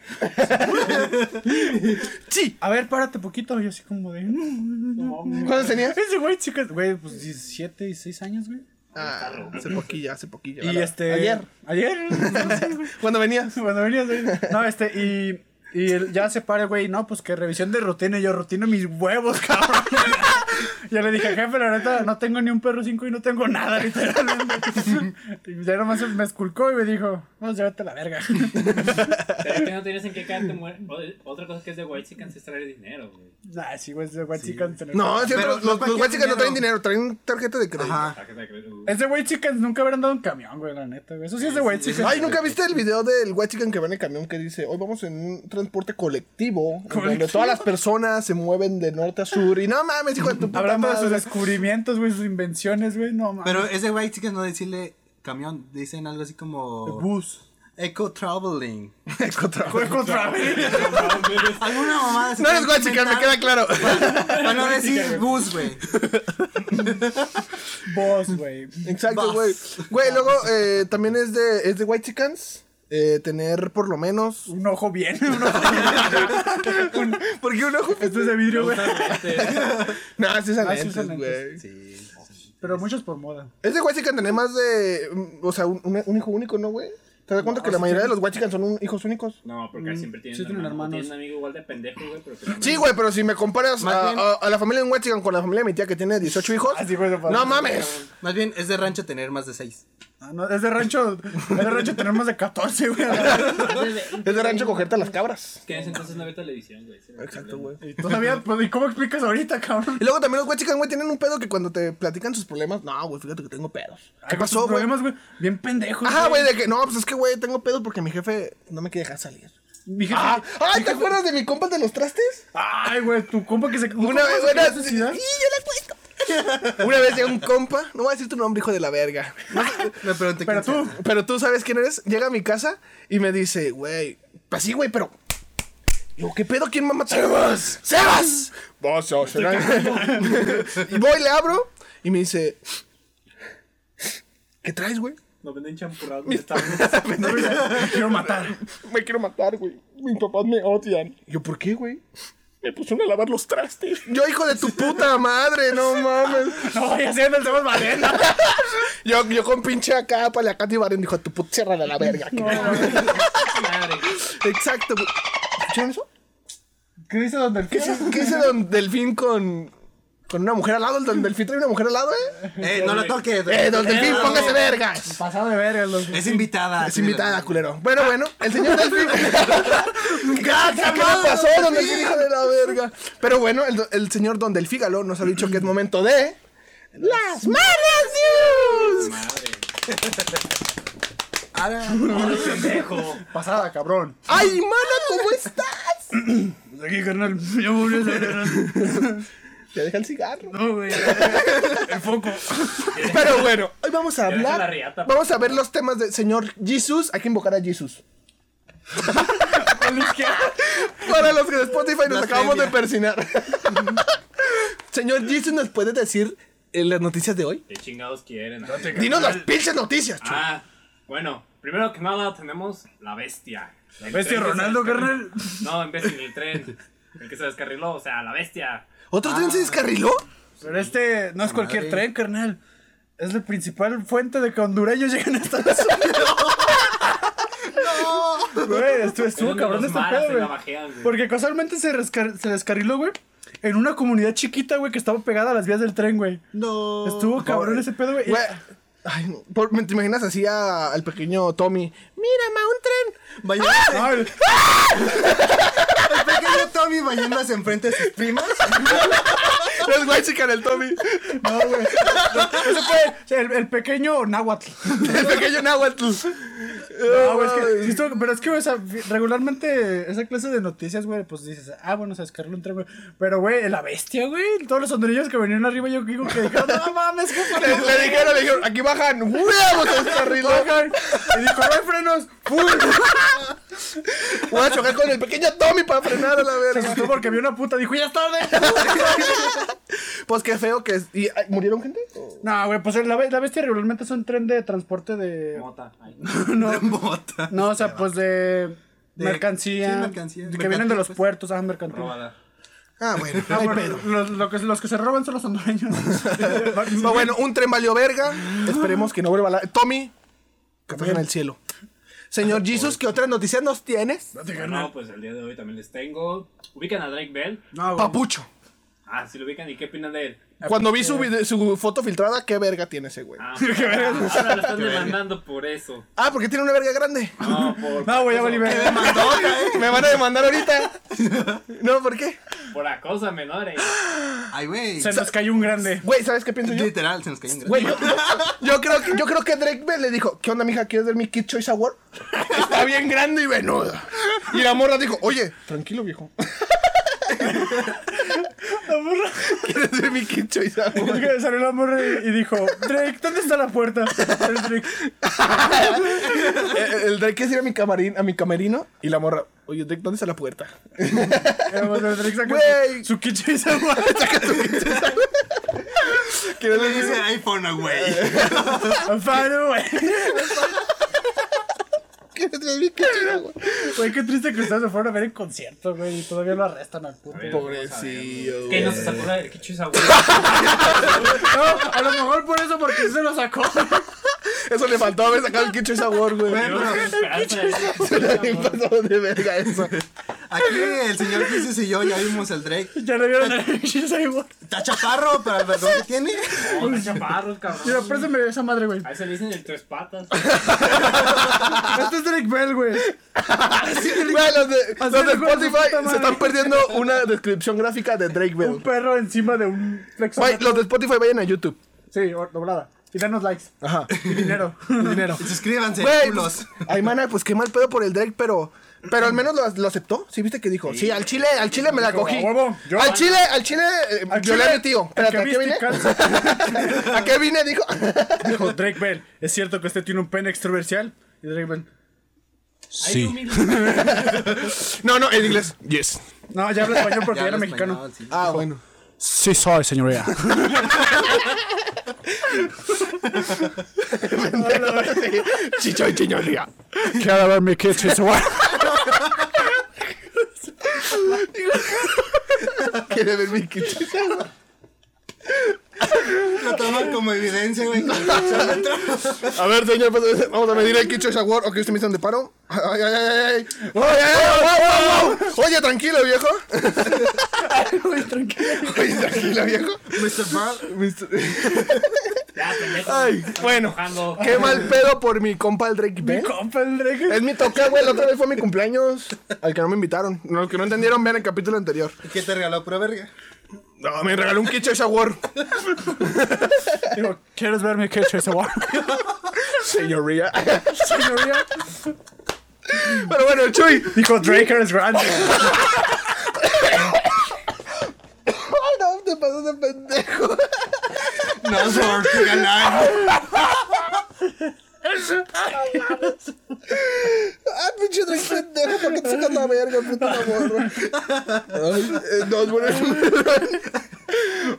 S3: sí, a ver, párate poquito. Y yo así como de.
S2: ¿Cuántos tenías?
S3: Ese güey, chicas, güey, pues 17, 16 años, güey.
S2: Ah, hace poquilla, hace poquilla.
S3: Y
S2: ¿verdad?
S3: este.
S2: Ayer.
S3: Ayer. *laughs* no sé, güey.
S2: Cuando venías.
S3: *laughs* Cuando venías ahí. No, este, y. Y él ya se para, el güey, no, pues que revisión de rutina. Y yo rutino mis huevos, *laughs* cabrón. Yo le dije, jefe, la neta, no tengo ni un perro 5 y no tengo nada, *laughs* literalmente. Y ya nomás me esculcó y me dijo, vamos, llévate a la verga. *laughs*
S4: Pero que no tienes en qué caerte muer- o- Otra cosa que es de Watsicans es traer dinero, güey.
S3: Nah, sí, güey, ese güey, chicas. se le-
S2: No, es
S5: Pero
S2: cierto,
S5: no
S2: los, los
S5: cualquier
S2: white chicans no traen
S5: dinero.
S2: dinero, traen tarjeta de crédito.
S5: Ajá.
S4: Ah, que te crees, güey.
S3: Ese güey, chicas, nunca habrá andado en camión, güey, la neta, güey. Eso sí es de güey, chicas.
S2: Ay, ¿nunca viste el video del white chicken que va en el camión que dice, hoy vamos en un transporte colectivo, en donde
S3: ¿Colectivo?
S2: todas las personas se mueven de norte a sur y no mames, hijo de tu puta
S3: Hablando de sus
S2: madre".
S3: descubrimientos, güey, sus invenciones, güey, no mames.
S5: Pero es de White Chickens no decirle camión. Dicen algo así como...
S3: bus.
S5: Eco
S2: *laughs*
S5: traveling.
S2: Contra-
S3: Fue contra *laughs* mí.
S5: *laughs* Alguna mamada se
S2: No eres
S5: tiene que
S2: white chicken, me
S5: inventar
S2: queda claro.
S5: Para no decir bus, güey.
S3: Bus, güey.
S2: Exacto,
S5: Vas.
S2: güey. Güey, luego eh, también es de, es de white chickens eh, tener por lo menos...
S3: Un ojo bien, un ojo
S2: Un, ¿Por *laughs* qué un ojo?
S3: Esto es de vidrio, güey.
S2: No, sí usan
S3: Ah, sí
S2: lentes,
S3: usan lentes.
S2: güey.
S5: Sí.
S3: Pero muchos por moda.
S2: Es de Huachican tener más de. mm, O sea, un, un- un hijo único, ¿no, güey? ¿Te das cuenta
S3: No,
S2: que la
S3: sí
S2: mayoría de
S3: tiene-
S2: los Huachican son un- hijos únicos?
S4: No, porque siempre tienen,
S3: sí tienen
S4: hermano,
S3: hermanos.
S4: Tienen un amigo igual de pendejo, güey, pero que también-
S2: Sí, güey, pero si me comparas
S5: Más
S2: a,
S5: bien-
S2: a- a la familia de un Huachican con la familia de mi tía que tiene 18 hijos.
S3: Ah, sí, güey, se parece.
S2: no mames.
S5: Más bien, es de rancho tener más de seis.
S3: Ah, no, es de rancho, es de rancho tenemos de 14, güey.
S2: Es de rancho cogerte a las cabras.
S4: Que en ese entonces no había televisión, güey. Ese era el problema.
S3: Y todavía, pues, ¿y cómo explicas ahorita, cabrón?
S2: Y luego también los Huachican, güey, tienen un pedo que cuando te platican sus problemas. No, güey, fíjate que tengo pedos. ¿Qué
S3: Ay,
S2: pasó,
S3: tus
S2: güey?
S3: problemas, güey? Bien pendejos.
S2: Ajá, güey, de que no, pues es que, güey, tengo pedos porque mi jefe no me quiere dejar salir.
S3: Mi jefe-
S2: Ah, ay, ¿te acuerdas de mi compa de los trastes?
S3: Ay, güey, tu compa que se. tu
S2: Una
S3: compa
S2: vez,
S3: se
S2: una,
S3: quería
S2: sí, yo
S3: suicidar.
S2: la cuento. *laughs* Una vez llega un compa, no voy a decir tu nombre, hijo de la verga.
S5: Me pregunté
S3: Pero tú,
S5: quién sea.
S2: *laughs* Pero tú sabes quién eres, llega a mi casa y me dice, güey, pues sí, güey, pero. Yo, ¿qué pedo? ¿Quién mamá? ¡Sebas! ¡Sebas! Vos sos el ángel. *laughs* Y voy, le abro y me dice, ¿qué traes,
S6: *laughs*
S2: güey?
S4: No venden champurrados, güey. Estaban-
S3: me quiero matar.
S2: Me quiero matar, güey. Mis papás me odian. Y Yo, ¿por qué, güey?
S6: Me pusieron a lavar los trastes.
S2: Yo, hijo de tu puta madre,
S6: *laughs*
S2: no mames.
S3: No, ya sé, no estamos valiendo.
S2: Yo, yo con pinche acá, paliacate y barren, dijo, tu puta cierra de la verga.
S4: Madre.
S2: *laughs* Exacto. güey. ¿Escucharon eso?
S3: ¿Qué dice Don
S2: ¿Qué
S3: Delfín?
S2: es, qué es el don Delfín con, con una mujer al lado? ¿El don Delfín trae una mujer al lado, eh?
S5: Eh, no lo toques.
S2: Eh, don Delfín,
S5: no.
S2: póngase vergas.
S3: Pasado de verga, los.
S5: Es invitada.
S2: Es invitada, culero. Bueno, bueno, el señor Delfín. ¿Qué
S5: madre,
S2: le pasó,
S5: don
S2: don
S5: Delfín?
S2: Delfín, hijo de la verga? Pero bueno, el, do- el señor Don Delfígalo nos ha dicho que es momento de. ¡Las malas news!
S4: Madre.
S5: Ahora,
S4: Pendejo.
S3: Pasada, cabrón.
S2: ¡Ay, mano, cómo estás!
S3: Pues aquí, carnal. Yo volví a salir.
S2: Ya deja el cigarro.
S3: No, güey. El foco.
S2: Pero bueno, hoy vamos a
S4: Ya deja la
S2: hablar.
S4: riata. pues.
S2: Vamos a ver los temas del señor Jesus. Hay que invocar a Jesus. Para los que de Spotify nos
S5: La
S2: acabamos de
S5: previa.
S2: persinar. *laughs* señor Jesus, ¿nos puede decir eh, las noticias de hoy?
S4: ¿Qué chingados quieren?
S2: Dinos las pinches noticias, chu.
S4: Ah, bueno, primero que nada tenemos la bestia. La
S3: bestia Ronaldo, carnal.
S4: No, en vez de el tren. El que se descarriló, o sea, la bestia.
S2: ¿Otro tren se descarriló?
S3: Pero este no es cualquier tren, carnal. Es la principal fuente de que hondureños llegan a Estados *laughs* Unidos. ¡No! Güey, estuvo, estuvo
S4: Donde
S3: cabrón
S4: los
S3: este
S4: maras se
S3: pedo,
S4: la
S3: güey.
S4: bajean, güey.
S3: Porque casualmente se, rescar- se descarriló, güey. En una comunidad chiquita, güey, que estaba pegada a las vías del tren, güey.
S5: no.
S3: Estuvo cabrón ese pedo, güey.
S2: Güey. Ay, no. Por- ¿Te imaginas así a- al pequeño Tommy? Mira, ma, un tren.
S4: Ah.
S5: Bañándose.
S3: Ay,
S5: El pequeño Tommy bañándose enfrente de sus
S2: *laughs*
S5: primas.
S2: Los guay chican *laughs* el Tommy. *laughs*
S3: No, güey. Ese fue el, el pequeño náhuatl.
S2: El pequeño Nahuatl.
S3: No, güey, es que, sí estuvo- pero es que, güey, o sea, fi- regularmente esa clase de noticias, güey, pues dices, ah, bueno, se descargó un tren, güey. Pero, güey, la bestia, güey. Todos los hondureños que venían arriba, yo digo que dijeron, no mames, qué
S2: Le, le dijeron, le dijeron, aquí bajan huevos este se descarriló.
S3: Bajan. Y dijo, no hay frenos. ¡Pum!
S2: Voy a chocar con el pequeño Tommy para frenar a la
S3: Se
S2: verga.
S3: asustó porque vio una puta, dijo, ya es tarde.
S2: Pues qué feo que es. ¿Y ay, murieron gente?
S3: No, güey, pues la, be- la bestia regularmente es un tren de transporte de. *laughs*
S4: Mota, ay.
S5: De mota.
S3: No, o sea, pues de.
S5: De-
S3: mercancía.
S5: sí, mercancía.
S3: Que
S5: Mercantil,
S3: vienen de los
S5: pues.
S3: puertos, ah, mercantil.
S4: Robada.
S2: Ah, bueno.
S3: Ah, bueno, los, lo que, los que se roban son los hondureños. *laughs*
S2: Pero bueno, un tren valió verga. Esperemos que no vuelva a la. Tommy, que estás en el cielo.
S3: Ah,
S2: Señor Jesus, ¿qué otras noticias nos tienes?
S4: No, pues el día de hoy también les tengo. ¿Ubican a Drake Bell?
S3: No, güey.
S2: Papucho.
S4: Ah, sí lo ubican. ¿Y qué opinan de él?
S2: Cuando vi su, vide- su foto filtrada, ¿qué verga tiene ese güey?
S3: *laughs*
S4: Ah, ahora lo están demandando por eso.
S2: Ah, porque tiene una verga grande.
S4: No, por,
S3: Ah, No, güey, ya valí verga.
S2: *laughs* Me van a demandar ahorita.
S3: *laughs*
S2: No, ¿por qué?
S4: por acoso a menores.
S5: Ay, güey.
S3: Se nos cayó un grande.
S2: Güey, ¿sabes qué pienso yo?
S5: Literal, se nos cayó un gran.
S2: Güey, yo, yo creo que, yo creo que Drake Bell le dijo, ¿qué onda, mija? ¿Quieres ver mi Kid Choice Award? Está bien grande y venuda. Y la morra dijo, oye, tranquilo, viejo.
S3: *laughs* La morra.
S2: ¿Quieres ver mi Kid Choice
S3: Es
S2: Award?
S3: que Salió la morra y y dijo, Drake, ¿dónde está la puerta? El Drake,
S2: el, el Drake quiere ir a mi camarín, a mi camerino, y la morra, oye, Drake, ¿dónde está la puerta?
S3: el eh, Drake saca
S2: Güey.
S3: su- su quiche y se va.
S2: Saca tu Kid Choice Award. ¿Quieres ver mi-
S5: Ese iPhone, güey.
S3: I'm fine, güey.
S2: quieres ver mi Kid Choice Award?
S3: Güey, qué triste que ustedes se fueron a ver en concierto, güey. Y todavía lo arrestan al puto.
S2: Pobrecillo.
S4: Que no se sacó la- ¿Qué chusa, güey?
S3: No, a lo mejor por eso, porque se lo sacó.
S2: Eso le faltó haber sacado el Kid Choice Award, güey.
S4: Yo no tengo esperanza de eso.
S2: Se le pasó de verga eso.
S5: Aquí el señor Jesus y yo ya vimos al Drake.
S3: Ya le vieron el quiche igual.
S5: Está chaparro, pero el verdón que tiene.
S4: No, de chaparros,
S3: Mira,
S4: cabrón.
S3: préstame esa madre, güey.
S4: A eso le dicen el tres patas.
S3: Este es Drake Bell, güey.
S2: Güey, los de,
S3: Así
S2: los de
S3: le juego a su
S2: Spotify
S3: puta
S2: se
S3: madre.
S2: están perdiendo una descripción gráfica de Drake
S3: Un
S2: Bell.
S3: perro encima de un
S2: Güey,
S3: flexómetro.
S2: los de Spotify vayan a YouTube.
S3: Sí, o- doblada. Y danos likes.
S2: Ajá.
S3: Y *laughs* dinero.
S2: Dinero.
S5: Suscríbanse,
S2: Güey,
S5: culos.
S2: pues, ay, mana, pues qué mal pedo por el Drake, pero. Pero al menos lo, lo aceptó. Sí, viste que dijo. Sí, al chile, al chile me la cogí.
S3: a huevo, yo-
S2: al chile, al chile, eh,
S3: Al
S2: violé
S3: chile,
S2: a mi tío.
S3: el
S2: Espérate,
S3: que
S2: ¿a qué
S3: viste
S2: vine?
S3: calza.
S2: ¿A qué vine? Dijo.
S3: Dijo Drake Bell, ¿es cierto que usted tiene un pene extroversial? Y Drake Bell,
S6: Sí.
S2: *laughs* No, no, en inglés.
S6: Yes.
S3: no, ya habla español porque ya, era
S5: habla
S3: mexicano.
S5: español, sí.
S2: Ah, bueno.
S6: Sí soy,
S3: *laughs*
S6: señoría.
S2: Chicho y chiñoría.
S6: Quiero
S2: *laughs*
S6: ver mi kit.
S2: Quiere ver mi kit.
S5: Lo toman como evidencia, güey.
S2: A ver, señor, pues, vamos a medir el Kicho Shawar. Ok, usted me hizo de paro. Ay, ay, ay, ay. ay. Oye, ay, ay, wow, wow, wow. Oye, tranquilo, viejo. Oye, *laughs* tranquilo, viejo.
S5: Mr. Ball.
S4: Ya, pendejo.
S2: Ay, bueno.
S4: Bajando.
S2: Qué mal pedo por mi compa el Drake
S3: Mi
S2: Bell.
S3: compa el Drake.
S2: Es mi toque, güey. La otra vez fue mi cumpleaños. Al que no me invitaron. Los que no entendieron, vean el capítulo anterior.
S5: ¿Qué te regaló pura verga?
S2: No, me regaló un Kicho Shawar. Eh,
S3: Digo, ¿quieres verme que eche ese guapo?
S2: Señoría.
S3: *laughs* Señoría.
S2: *laughs* Pero bueno, el Chuy.
S3: Dijo, Drake eres grande.
S2: Ay, no, te pasas de pendejo.
S5: *laughs* No, señor, te
S2: Ah, pinche Drake pendejo, ¿por qué te sacas la verga, puta amor? eh, Nos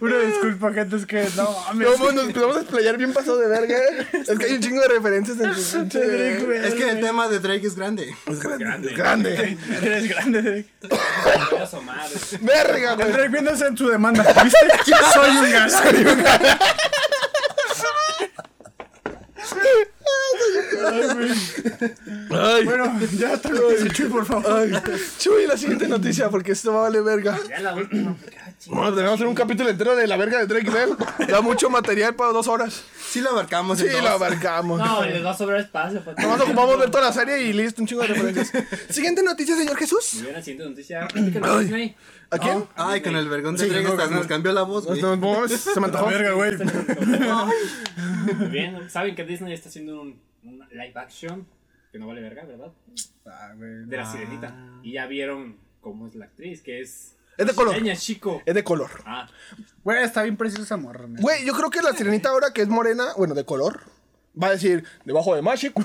S3: Una disculpa, gente, es que no mames.
S2: vamos, nos empezamos a desplayar bien pasado de verga. ¿eh? Es que hay un chingo de referencias en tu pinche.
S3: Drake, güey.
S5: Es que el tema de Drake es grande.
S2: Es grande, es grande.
S3: Eres grande, Drake.
S4: Chinga su madre.
S2: Verga,
S3: El
S2: güey.
S3: Drake viéndose en su demanda. ¿Viste? *laughs* Soy un gas.
S2: Ay,
S3: Bueno, ya tranquilo, Chuy, por favor.
S2: Chuy, la siguiente noticia, porque esto va a valer verga.
S4: Ya la última. Ah, chinga.
S2: Bueno, tenemos que hacer un capítulo entero de la verga de Drake Bell. Da mucho material para dos horas.
S5: Sí lo abarcamos.
S2: Sí,
S5: en dos.
S2: lo abarcamos.
S4: No, les va a sobrar espacio. Para
S2: Nomás ocupamos ver toda la serie y listo, un chingo de referencias. Siguiente noticia, señor Jesús.
S4: la siguiente noticia. Platícanos, Disney.
S2: ¿A quién?
S5: Ay, con el vergón de Drake
S2: no,
S5: hasta
S2: no.
S5: nos cambió la voz, güey.
S2: No, no, se me antojó.
S3: Verga, güey.
S4: Muy bien. Saben que Disney está haciendo un, un live action que no vale verga, ¿verdad? De la sirenita. Y ya vieron cómo es la actriz, que es.
S2: Es de color.
S4: Peña Chico.
S2: Es de color.
S4: Ah,
S3: Güey, está bien preciosa esa morra, neta.
S2: Güey, yo creo que la sirenita ahora que es morena, bueno, de color, va a decir, debajo de Magic. *laughs*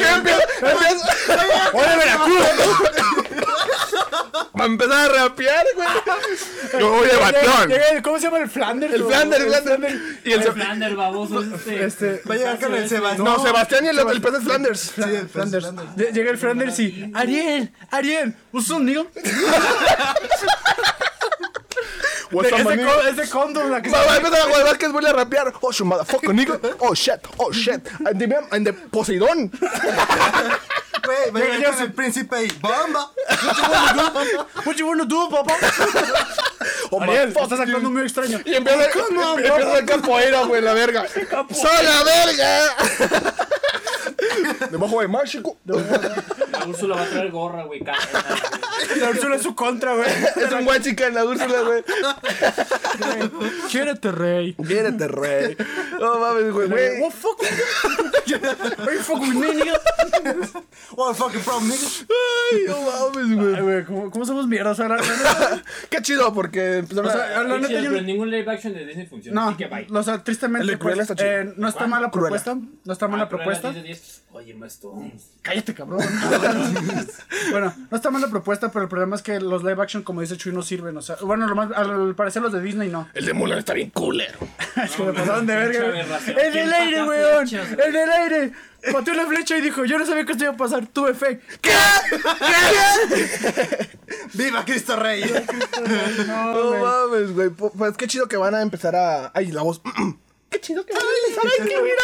S2: Ya empieza- empieza-
S6: ¡Hola, Veracruz!
S2: Va a empezar a rapear, güey.
S6: ¡Yo voy de
S3: Llega-
S6: batón!
S3: llega el- ¿Cómo se llama el Flanders?
S2: El
S3: güey?
S2: Flander, el Flander. Y el
S4: el
S2: Seb-
S4: Flander baboso es este.
S3: Este,
S5: Va a llegar con el Sebastián.
S2: No, Sebastián y el, otro, el pez de Flanders.
S5: Sí, el
S3: Flanders.
S5: Flanders.
S3: Lle- Llega el Flanders y. Ariel, Ariel, ¿vos sos un niño?
S2: What's
S3: Es
S2: up, my
S3: de
S2: nigga?
S3: có- es de cóndor la que
S2: Va, va a empezar a jugar básquetbol y a rapear. Oh, you motherfucker, nigga. Oh, shit. Oh, shit. And the, and the Poseidón.
S5: Güey, va a
S3: Llega
S5: llegar
S3: yo-
S5: con el príncipe y ¡Bomba!
S3: What you wanna do, papá?
S2: Oh,
S3: Ariel,
S2: motherfucker.
S3: estás actuando muy extraño.
S2: Y empieza, empieza a hacer capoeira, güey, la *laughs* verga. ¡Soy la verga! *laughs* Debajo de Mágico.
S4: La Úrsula va a traer gorra, güey. cabrona, güey.
S3: La Úrsula es su contra, güey.
S2: Es un guay chica en la Úrsula, güey.
S3: *laughs* Quiérete, rey.
S2: Quiérete, rey. No mames, güey, güey.
S3: Oh, fuck. *laughs* Are you fucking with me, nigga?
S5: ¡Oh, fucking problem, nigga!
S2: Ay, no mames, güey.
S3: Ay, güey, ¿cómo, cómo somos mierdas ahora?
S2: *laughs* Qué chido, porque pues, empezaron
S3: O sea,
S2: a...
S3: la neta, yo
S4: Pero
S3: no-
S4: ningún live action de Disney funciona.
S3: No,
S4: Así que bye.
S3: no, o sea, tristemente.
S2: El de Cruella
S3: pues,
S2: está chido.
S3: eh, no está mala
S2: Cruella.
S3: propuesta. No está mala
S4: Ah, pero era
S3: propuesta.
S4: 10 de 10. Oye, más Stones.
S3: Cállate, cabrón. bueno, no está mala propuesta, pero el problema es que los live action, como dice Chuy, no sirven. O sea, bueno, lo más, al parecer los de Disney no.
S2: El de Mulan está bien culero.
S3: Es que me pasaron de verga. güey.
S4: aberración.
S3: En el
S4: ¿Quién
S3: aire,
S4: patea
S3: weón.
S4: flechas, güey?
S3: En el aire. Pateó una flecha y dijo: Yo no sabía que esto iba a pasar. Tuve fe.
S5: ¡Viva Cristo Rey!
S2: No mames, güey. Po- Pues qué chido que van a empezar a... Ay, la voz. *clears throat* Qué chido que van a empezar a incluir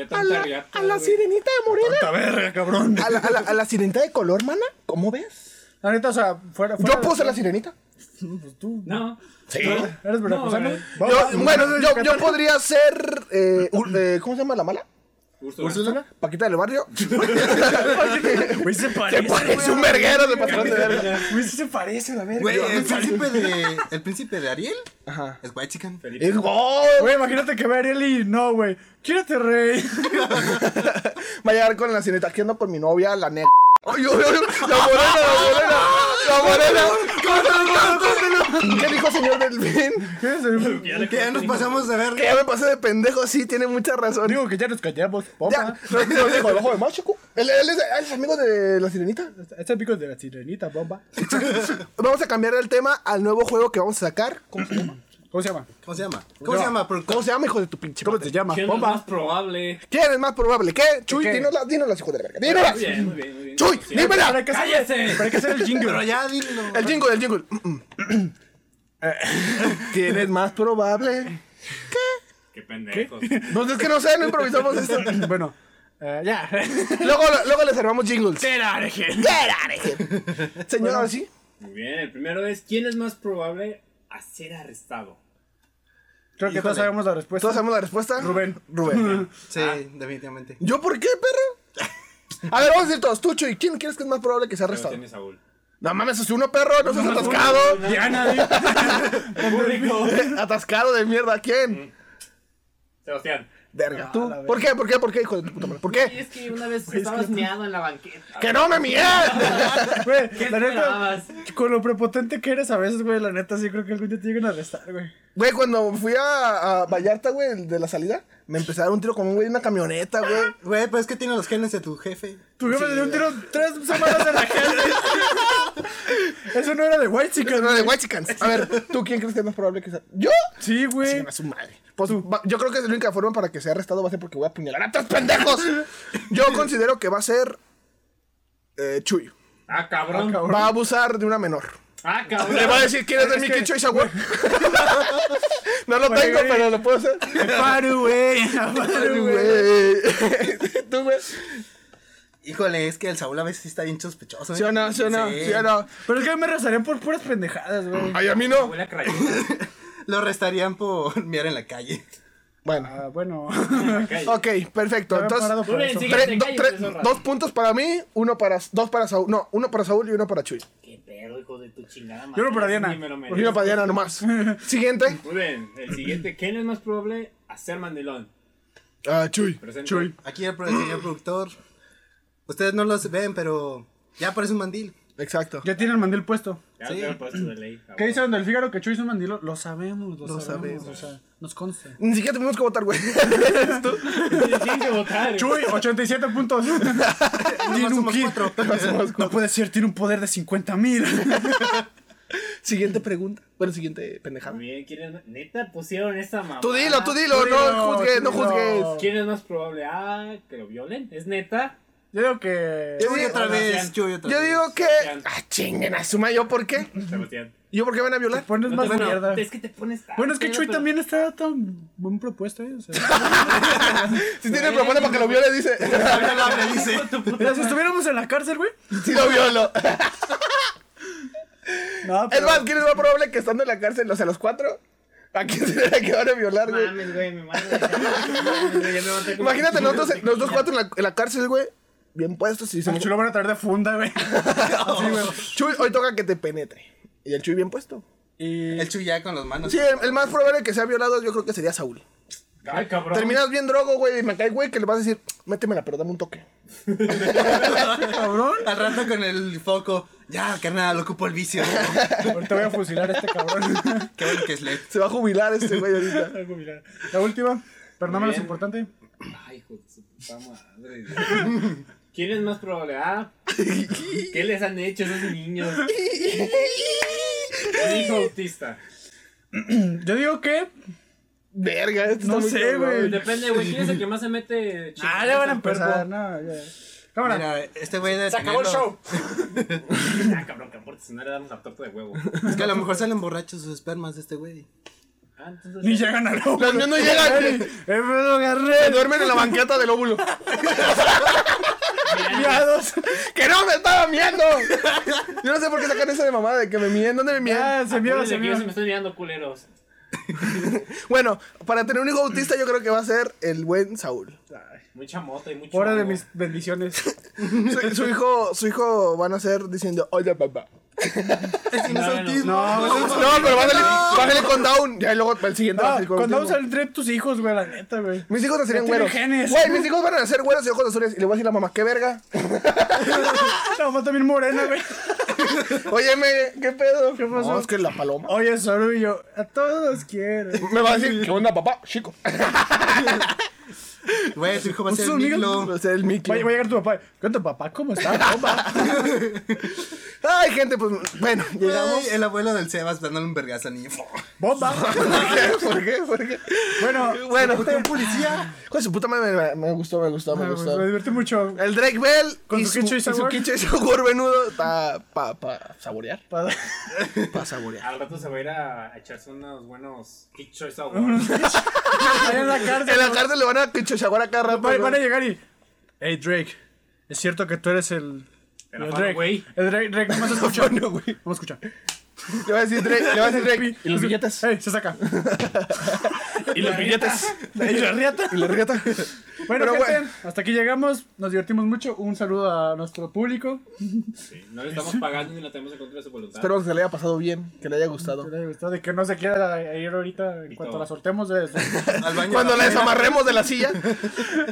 S4: De
S2: a...
S4: tanta
S2: A la,
S4: riata,
S2: a la
S4: güey.
S2: sirenita de morena.
S3: Puta verga, cabrón.
S2: A la, a la- a la sirenita de color, mana. ¿Cómo ves?
S3: La neta, o sea, fuera. fuera
S2: Yo puse la sirenita.
S4: No.
S2: Sí.
S3: ¿Eres veracruzano?
S4: güey.
S3: Va-
S2: Yo- bueno, yo, yo podría ser. eh, Ur- eh, ¿Cómo se llama la mala?
S4: Úrsula.
S2: Paquita del *laughs* barrio.
S3: Güey, se *laughs* parece.
S2: Parece un verguero de patrón de verga.
S3: Güey, sí se parece, la verga.
S5: Güey,
S2: *laughs*
S5: el príncipe de... El príncipe de Ariel
S2: Ajá.
S5: es white chicken.
S2: Es gol.
S3: Güey, imagínate que ve a Ariel y no, güey. Quírate, rey. *laughs*
S2: *laughs* Va a llegar con la sirenita. ¿Qué ando con mi novia, la negra? Ay, ay, ay, la morena, la morena, la morena. ¿Qué dijo señor Delfín?
S3: ¿Qué es eso?
S5: Que ya nos pasamos de
S2: Que
S5: verga.
S2: ya me pasé de pendejo, sí, tiene mucha razón.
S3: Digo que ya nos callamos,
S2: Ya,
S3: bomba.
S2: no, no, dijo, debajo de macho, Él él es, él es amigo de la sirenita.
S3: Este pico es de la sirenita, bomba.
S2: Vamos a cambiar el tema al nuevo juego que vamos a sacar. ¿Cómo se llama?
S3: ¿Cómo se llama?
S5: ¿Cómo se llama? ¿Cómo se llama? Por-
S2: ¿Cómo se llama, hijo de tu pinche?
S3: ¿Cómo
S2: madre?
S3: Pues se llama?
S4: ¿Quién es lo
S3: Bomba.
S4: más probable?
S2: ¿Quién es más probable? ¿Qué? Chuy,
S3: ¿Qué?
S2: dinoslas, dinoslas, hijo de la verga. Dinoslas.
S4: Muy bien, muy bien, muy bien.
S2: ¡Chuy! ¡Dímela!
S3: Para que hacer-
S4: ¡Cállese!
S3: Para que hacer el jingle.
S5: Pero ya dilo.
S2: El jingle, el *coughs* jingle. Tienes más probable.
S4: Qué pendejos.
S2: No, es que no sé, no improvisamos esto.
S3: Bueno, eh, *laughs* ya.
S2: Luego, luego le cerramos jingles. Señor, ahora sí.
S4: Muy bien, el primero es: ¿quién es más probable a ser arrestado?
S3: Creo que todos sabemos la respuesta.
S2: Todos sabemos la respuesta.
S3: Rubén.
S2: Rubén.
S5: Sí, definitivamente.
S2: ¿Yo por qué, perro? A ver, vamos a decir todos. Tú, Chuy, ¿quién crees que es más probable que sea
S4: Pero
S2: arrestado?
S4: tiene Saúl.
S2: No mames, es uno, perro. No seas atascado.
S3: Diana, di-
S2: Atascado de mierda. ¿Quién?
S4: Sebastián.
S2: Mm. Verga. ¿Tú? ¿Por qué? ¿Por qué? ¿Por qué, hijo de tu puta madre? ¿Por qué?
S4: Es que una vez estabas meado en la banqueta.
S2: ¡Que no me mié!
S3: Güey,
S4: ¿Qué
S3: la neta,
S4: esperabas?
S3: con lo prepotente que eres a veces, güey, la neta, sí creo que algún día te llegan a arrestar, güey.
S2: Güey, cuando fui a, a Vallarta, güey, el de la salida, me empecé a dar un tiro con un güey en una camioneta, *laughs* güey.
S5: Güey, pero es que tiene los genes de tu jefe.
S3: Tu jefe le dio un tiro tres semanas de la gente. Eso no era de White
S2: Pero no, de Huachicans. A ver, ¿tú quién crees que es más probable que sea? ¿Yo?
S3: Sí, güey.
S2: A su madre. Pues va- yo creo que la única forma para que sea arrestado va a ser porque voy a apuñalar a tres pendejos. Yo considero que va a ser. Eh, Chuy.
S4: Ah, cabrón.
S2: Va a abusar de una menor.
S4: Ah, cabrón.
S2: Le va a decir quién es de Mickey Choice Award. *laughs* no lo tengo,
S3: güey.
S2: pero lo puedo hacer.
S3: Paru, *laughs* güey.
S2: Ay, güey. Tú, güey.
S5: Híjole, es que el Saúl a veces sí está bien sospechoso. ¿eh?
S2: ¿Sí o no? ¿Sí o no?
S5: Sí.
S2: ¿Sí o no?
S3: Pero es que me arrestarían por puras pendejadas, güey.
S2: Ay, a mí no.
S4: Huele a crayón.
S5: Lo arrestarían por *laughs* mirar en la calle.
S2: Bueno.
S3: Ah, bueno. *laughs*
S2: Ok, perfecto.
S3: Estaba
S2: Entonces,
S3: parado por
S4: Tú le
S3: eso.
S4: enseñas-
S2: tre-
S4: Te
S2: do-
S4: calles,
S2: tre-
S4: es un rato.
S2: dos puntos para mí, uno para, dos para Saúl. No, uno para Saúl y uno para Chuy.
S4: Qué pedo, hijo de tu chingada madre.
S3: Yo no, pero Diana.
S4: Ni me lo merezco.
S2: Y uno para Diana
S4: *laughs*
S2: nomás. Siguiente.
S4: Muy bien, el siguiente. ¿Quién es más probable a ser mandilón?
S2: Ah, Chuy.
S4: Presente.
S3: Chuy.
S5: Aquí el, pro- el señor productor. Ustedes no los ven, pero ya parece un mandil.
S2: Exacto.
S3: Ya tiene el mandil puesto.
S4: Ya lo tengo puesto de ley. cabrón.
S3: ¿Qué dice Don del Fígaro que Chuy es un mandilo? Lo sabemos, lo,
S2: Lo
S3: sabemos.
S2: sabemos.
S3: O sea, nos consta.
S2: Ni siquiera tuvimos que votar,
S4: *laughs*
S2: güey.
S4: Tienen que votar.
S3: Chuy, 87 *laughs* puntos. tiene un
S5: somos
S3: kit.
S5: cuatro.
S3: *laughs* No puede ser, tiene un poder de 50 mil.
S2: siguiente pregunta. Bueno, siguiente pendejada.
S4: Muy bien, ¿quién es más- Neta, pusieron esa mamá.
S2: Tú dilo, tú dilo.
S3: tú dilo,
S2: no juzgues,
S3: tú
S2: no
S3: dilo.
S2: juzgues.
S4: ¿Quién es más probable a que lo violen? ¿Es neta?
S3: *laughs* Yo digo que.
S2: Yo
S5: Chuy
S2: digo-
S5: otra
S4: Hola,
S5: vez,
S4: Sean.
S5: Chuy otra
S2: Yo
S5: vez.
S2: digo que. Ah, chinguen, asuma yo por qué.
S4: Sebastián.
S2: ¿Yo por qué van a violar?
S3: Pones más
S4: Bueno,
S3: mierda.
S4: es que te pones. tan
S3: Bueno, es que
S4: pedo,
S3: Chuy
S4: pero-
S3: también está tan buen propuesto, ¿eh? O *laughs* sea,
S2: Ah, Si tiene problema para que lo viole,
S4: *laughs*
S2: dice. *laughs*
S4: Hijo de tu puta
S3: mira, si
S4: madre.
S3: estuviéramos en la cárcel, güey.
S2: Si lo
S4: *laughs*
S2: violo.
S3: No,
S2: Es
S3: *laughs* pero.
S2: más, ¿quién es más probable que estando en la cárcel, o sea, los cuatro? ¿A quién será que van a violar, güey?
S4: Mames, güey, mi madre. Mames, güey, ya me
S3: *laughs*
S4: maté con-
S2: Imagínate nosotros, los dos cuatro en la, en la cárcel, güey. Bien puestos
S3: Al
S2: y dicen,
S3: Chuy lo van a traer de funda, güey. Así, Ah, güey.
S2: Chuy, hoy toca que te penetre. Y el Chuy bien puesto.
S3: Y.
S5: El Chuy ya con las manos.
S2: Sí, el, el más probable que sea violado yo creo que sería Saúl.
S4: Ay,
S3: Ah.
S4: cabrón.
S2: Terminas bien drogo, güey, y me cae, güey, que le vas a decir, métemela, pero dame un toque.
S3: *laughs* cabrón.
S5: Al rato con el foco. Ya, carnal, lo ocupo el vicio.
S3: Ahorita voy a fusilar a este *laughs* cabrón.
S5: Qué bueno que es LED.
S2: Se va a jubilar este güey ahorita.
S3: *laughs* Algo mirar. La última, pero no menos
S4: bien.
S3: importante.
S4: Ay, hijo de su puta madre. ¿Quién es más probable?
S2: *laughs*
S4: Ah, ¿Qué les han hecho a esos niños? *laughs* Hijo autista.
S3: Yo digo que.
S2: Verga, este
S3: No
S2: está muy
S3: sé,
S2: cabrón.
S3: güey.
S4: Depende, güey. ¿Quién es el que más se mete?
S3: Ah,
S4: chingados
S3: ya van a
S4: al cuerpo?
S3: empezar. No, ya. Cámara.
S5: Mira, este güey de.
S3: se acabó el show.
S4: Ah, cabrón, que aporte, si no le damos la torta de huevo.
S5: Es que a lo mejor salen borrachos sus espermas de este güey.
S4: Ah, entonces.
S3: Ni llegan al óvulo.
S2: Los míos no
S3: *laughs*
S2: llegan.
S3: Ey, eh, me lo
S2: Se
S3: agarré.
S2: duermen en la banqueta
S3: *laughs*
S2: del óvulo.
S3: Miados.
S2: ¡Que no me estaba miendo! Yo no sé por qué sacan esa de mamada de que me mien, ¿dónde me mien?
S3: Ya, Ah, se
S4: Apúrense
S3: mió, se
S4: que
S3: mió.
S4: yo se me estoy mirando culeros.
S2: Bueno, para tener un hijo autista yo creo que va a ser el buen Saúl.
S4: Mucha mota y mucho.
S3: Hora de
S4: agua.
S3: mis *laughs* bendiciones.
S2: Su, *laughs* su hijo, su hijo van a ser diciendo, oye papá.
S5: Es no,
S4: No,
S5: es
S4: no,
S5: autismo.
S3: No, güey.
S2: No, pero bájale, bájale con down. Ya y luego el siguiente va a
S3: No,
S2: ser con
S3: Ah, cuando vamos
S2: autismo.
S3: a entre tus hijos, güey, la neta, güey. *laughs*
S2: Mis hijos
S3: No
S2: nacieron
S3: tiene
S2: güeros.
S3: genes.
S2: Güey, mis hijos van a nacer güeros y ojos azules. Y le voy a decir a la mamá, qué verga.
S3: La mamá también morena, güey.
S2: Óyeme, qué pedo.
S3: ¿Qué pasó?
S2: No, es que la paloma.
S3: Oye, solo y yo, a todos quiero.
S2: Me va a decir, ¿qué onda, papá? Chico.
S5: Güey, tu hijo
S2: Pues
S5: va a ser
S3: Sus
S5: el
S3: amigos-
S5: Miklo.
S2: Va a ser el Mickey.
S3: Vaya, va a llegar tu papá. ¿Qué onda, papá? ¿Cómo estás, papá?
S2: *laughs* Ay, gente, pues bueno, llegamos.
S5: *laughs* Güey, el abuelo del Sebas dándole un vergazo al niño.
S3: ¡Bomba!
S2: ¿Por qué? ¿Por qué? ¿Por qué?
S3: bueno, Ah,
S2: Bueno,
S5: un policía.
S2: Pues su puta madre me, me gustó, me gustó, me
S3: me,
S2: gustó.
S3: me divertí mucho.
S2: El Drake Bell
S3: Con
S2: y
S3: su
S2: su,
S3: quiche y
S2: y su
S3: sabor.
S2: quiche y sabor menudo para pa, pa saborear. *laughs*
S3: Para-
S2: Para saborear.
S4: Al rato se va a ir a echarse unos buenos
S3: *laughs*
S4: Kid Choice Awards.
S3: Ahí en
S2: eh,
S3: la cárcel.
S2: En la cárcel le van a quiche sabor a cada rato.
S3: Van,
S2: ¿no?
S3: van a llegar y. Hey Drake, es cierto que tú eres el.
S4: Pero
S3: el
S4: Fano, güey.
S3: El Drake, Drake, nomás escucha.
S2: Fano, güey.
S3: Vamos a escuchar.
S2: Le va a decir Drake, le va a decir *laughs* Drake.
S3: ¿Y los billetes? Ey, se saca.
S6: Y
S1: *laughs*
S6: los billetes.
S3: ¿Y la riata?
S2: Y la riata.
S3: Bueno,
S2: Pero
S3: gente,
S2: bueno.
S3: hasta aquí llegamos. Nos divertimos mucho. Un saludo a nuestro público.
S4: Sí, no le estamos pagando ni la tenemos en contra de su voluntad.
S2: Espero que le haya pasado bien, que le haya gustado.
S3: Que les haya gustado y que no se quiera ir ahorita en
S4: Y
S3: cuanto
S4: todo.
S3: la sortemos. De
S5: Al baño.
S2: Cuando la desamarremos de la silla. *laughs*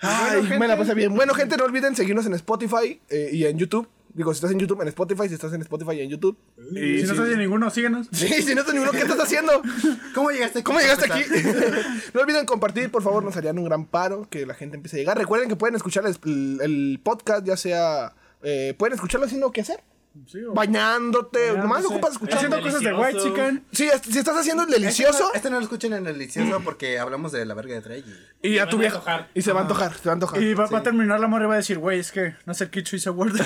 S2: Ay,
S3: gente.
S2: me la pasé bien. Bueno, gente, no olviden seguirnos en Spotify eh, y en YouTube. Digo, si estás en YouTube, en Spotify, si estás en Spotify y en YouTube. *laughs*
S3: si no estás en ninguno, síguenos.
S2: Sí, si no estás en ninguno, ¿qué estás haciendo?
S5: ¿Cómo llegaste aquí?
S2: ¿Cómo llegaste aquí? *laughs* no olviden compartir, por favor, nos harían un gran paro que la gente empiece a llegar. Recuerden que pueden escuchar el, el podcast, ya sea. eh, pueden escucharlo haciendo qué hacer.
S3: Sí, o-
S2: Bañándote, nomás
S3: Bañándose,
S2: ocupas escuchar.
S3: Haciendo cosas de White
S4: Delicioso.
S3: Chicken.
S2: Sí, es- si estás haciendo el delicioso.
S5: Este no, este no lo escuchen en el delicioso porque hablamos de la verga de Drake. y-
S2: Y
S4: Se
S2: a
S4: van
S2: tu
S4: a
S2: vieja.
S4: antojar.
S2: Y se va a antojar, se va a antojar.
S3: Y va, va a terminar la morra y va a decir, güey, es que no es el Kichu y se *laughs* guarda.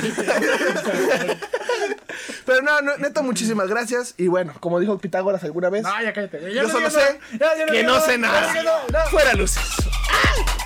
S2: Pero no, no, neta, muchísimas gracias. Y bueno, como dijo Pitágoras alguna vez,
S3: no, ya cállate. Ya, ya
S2: yo
S3: no
S2: solo
S3: digas nada.
S2: sé
S3: Ya, ya no
S2: que
S3: digas
S2: no sé
S3: ya
S2: nada.
S3: digas nada.
S2: Fuera luces.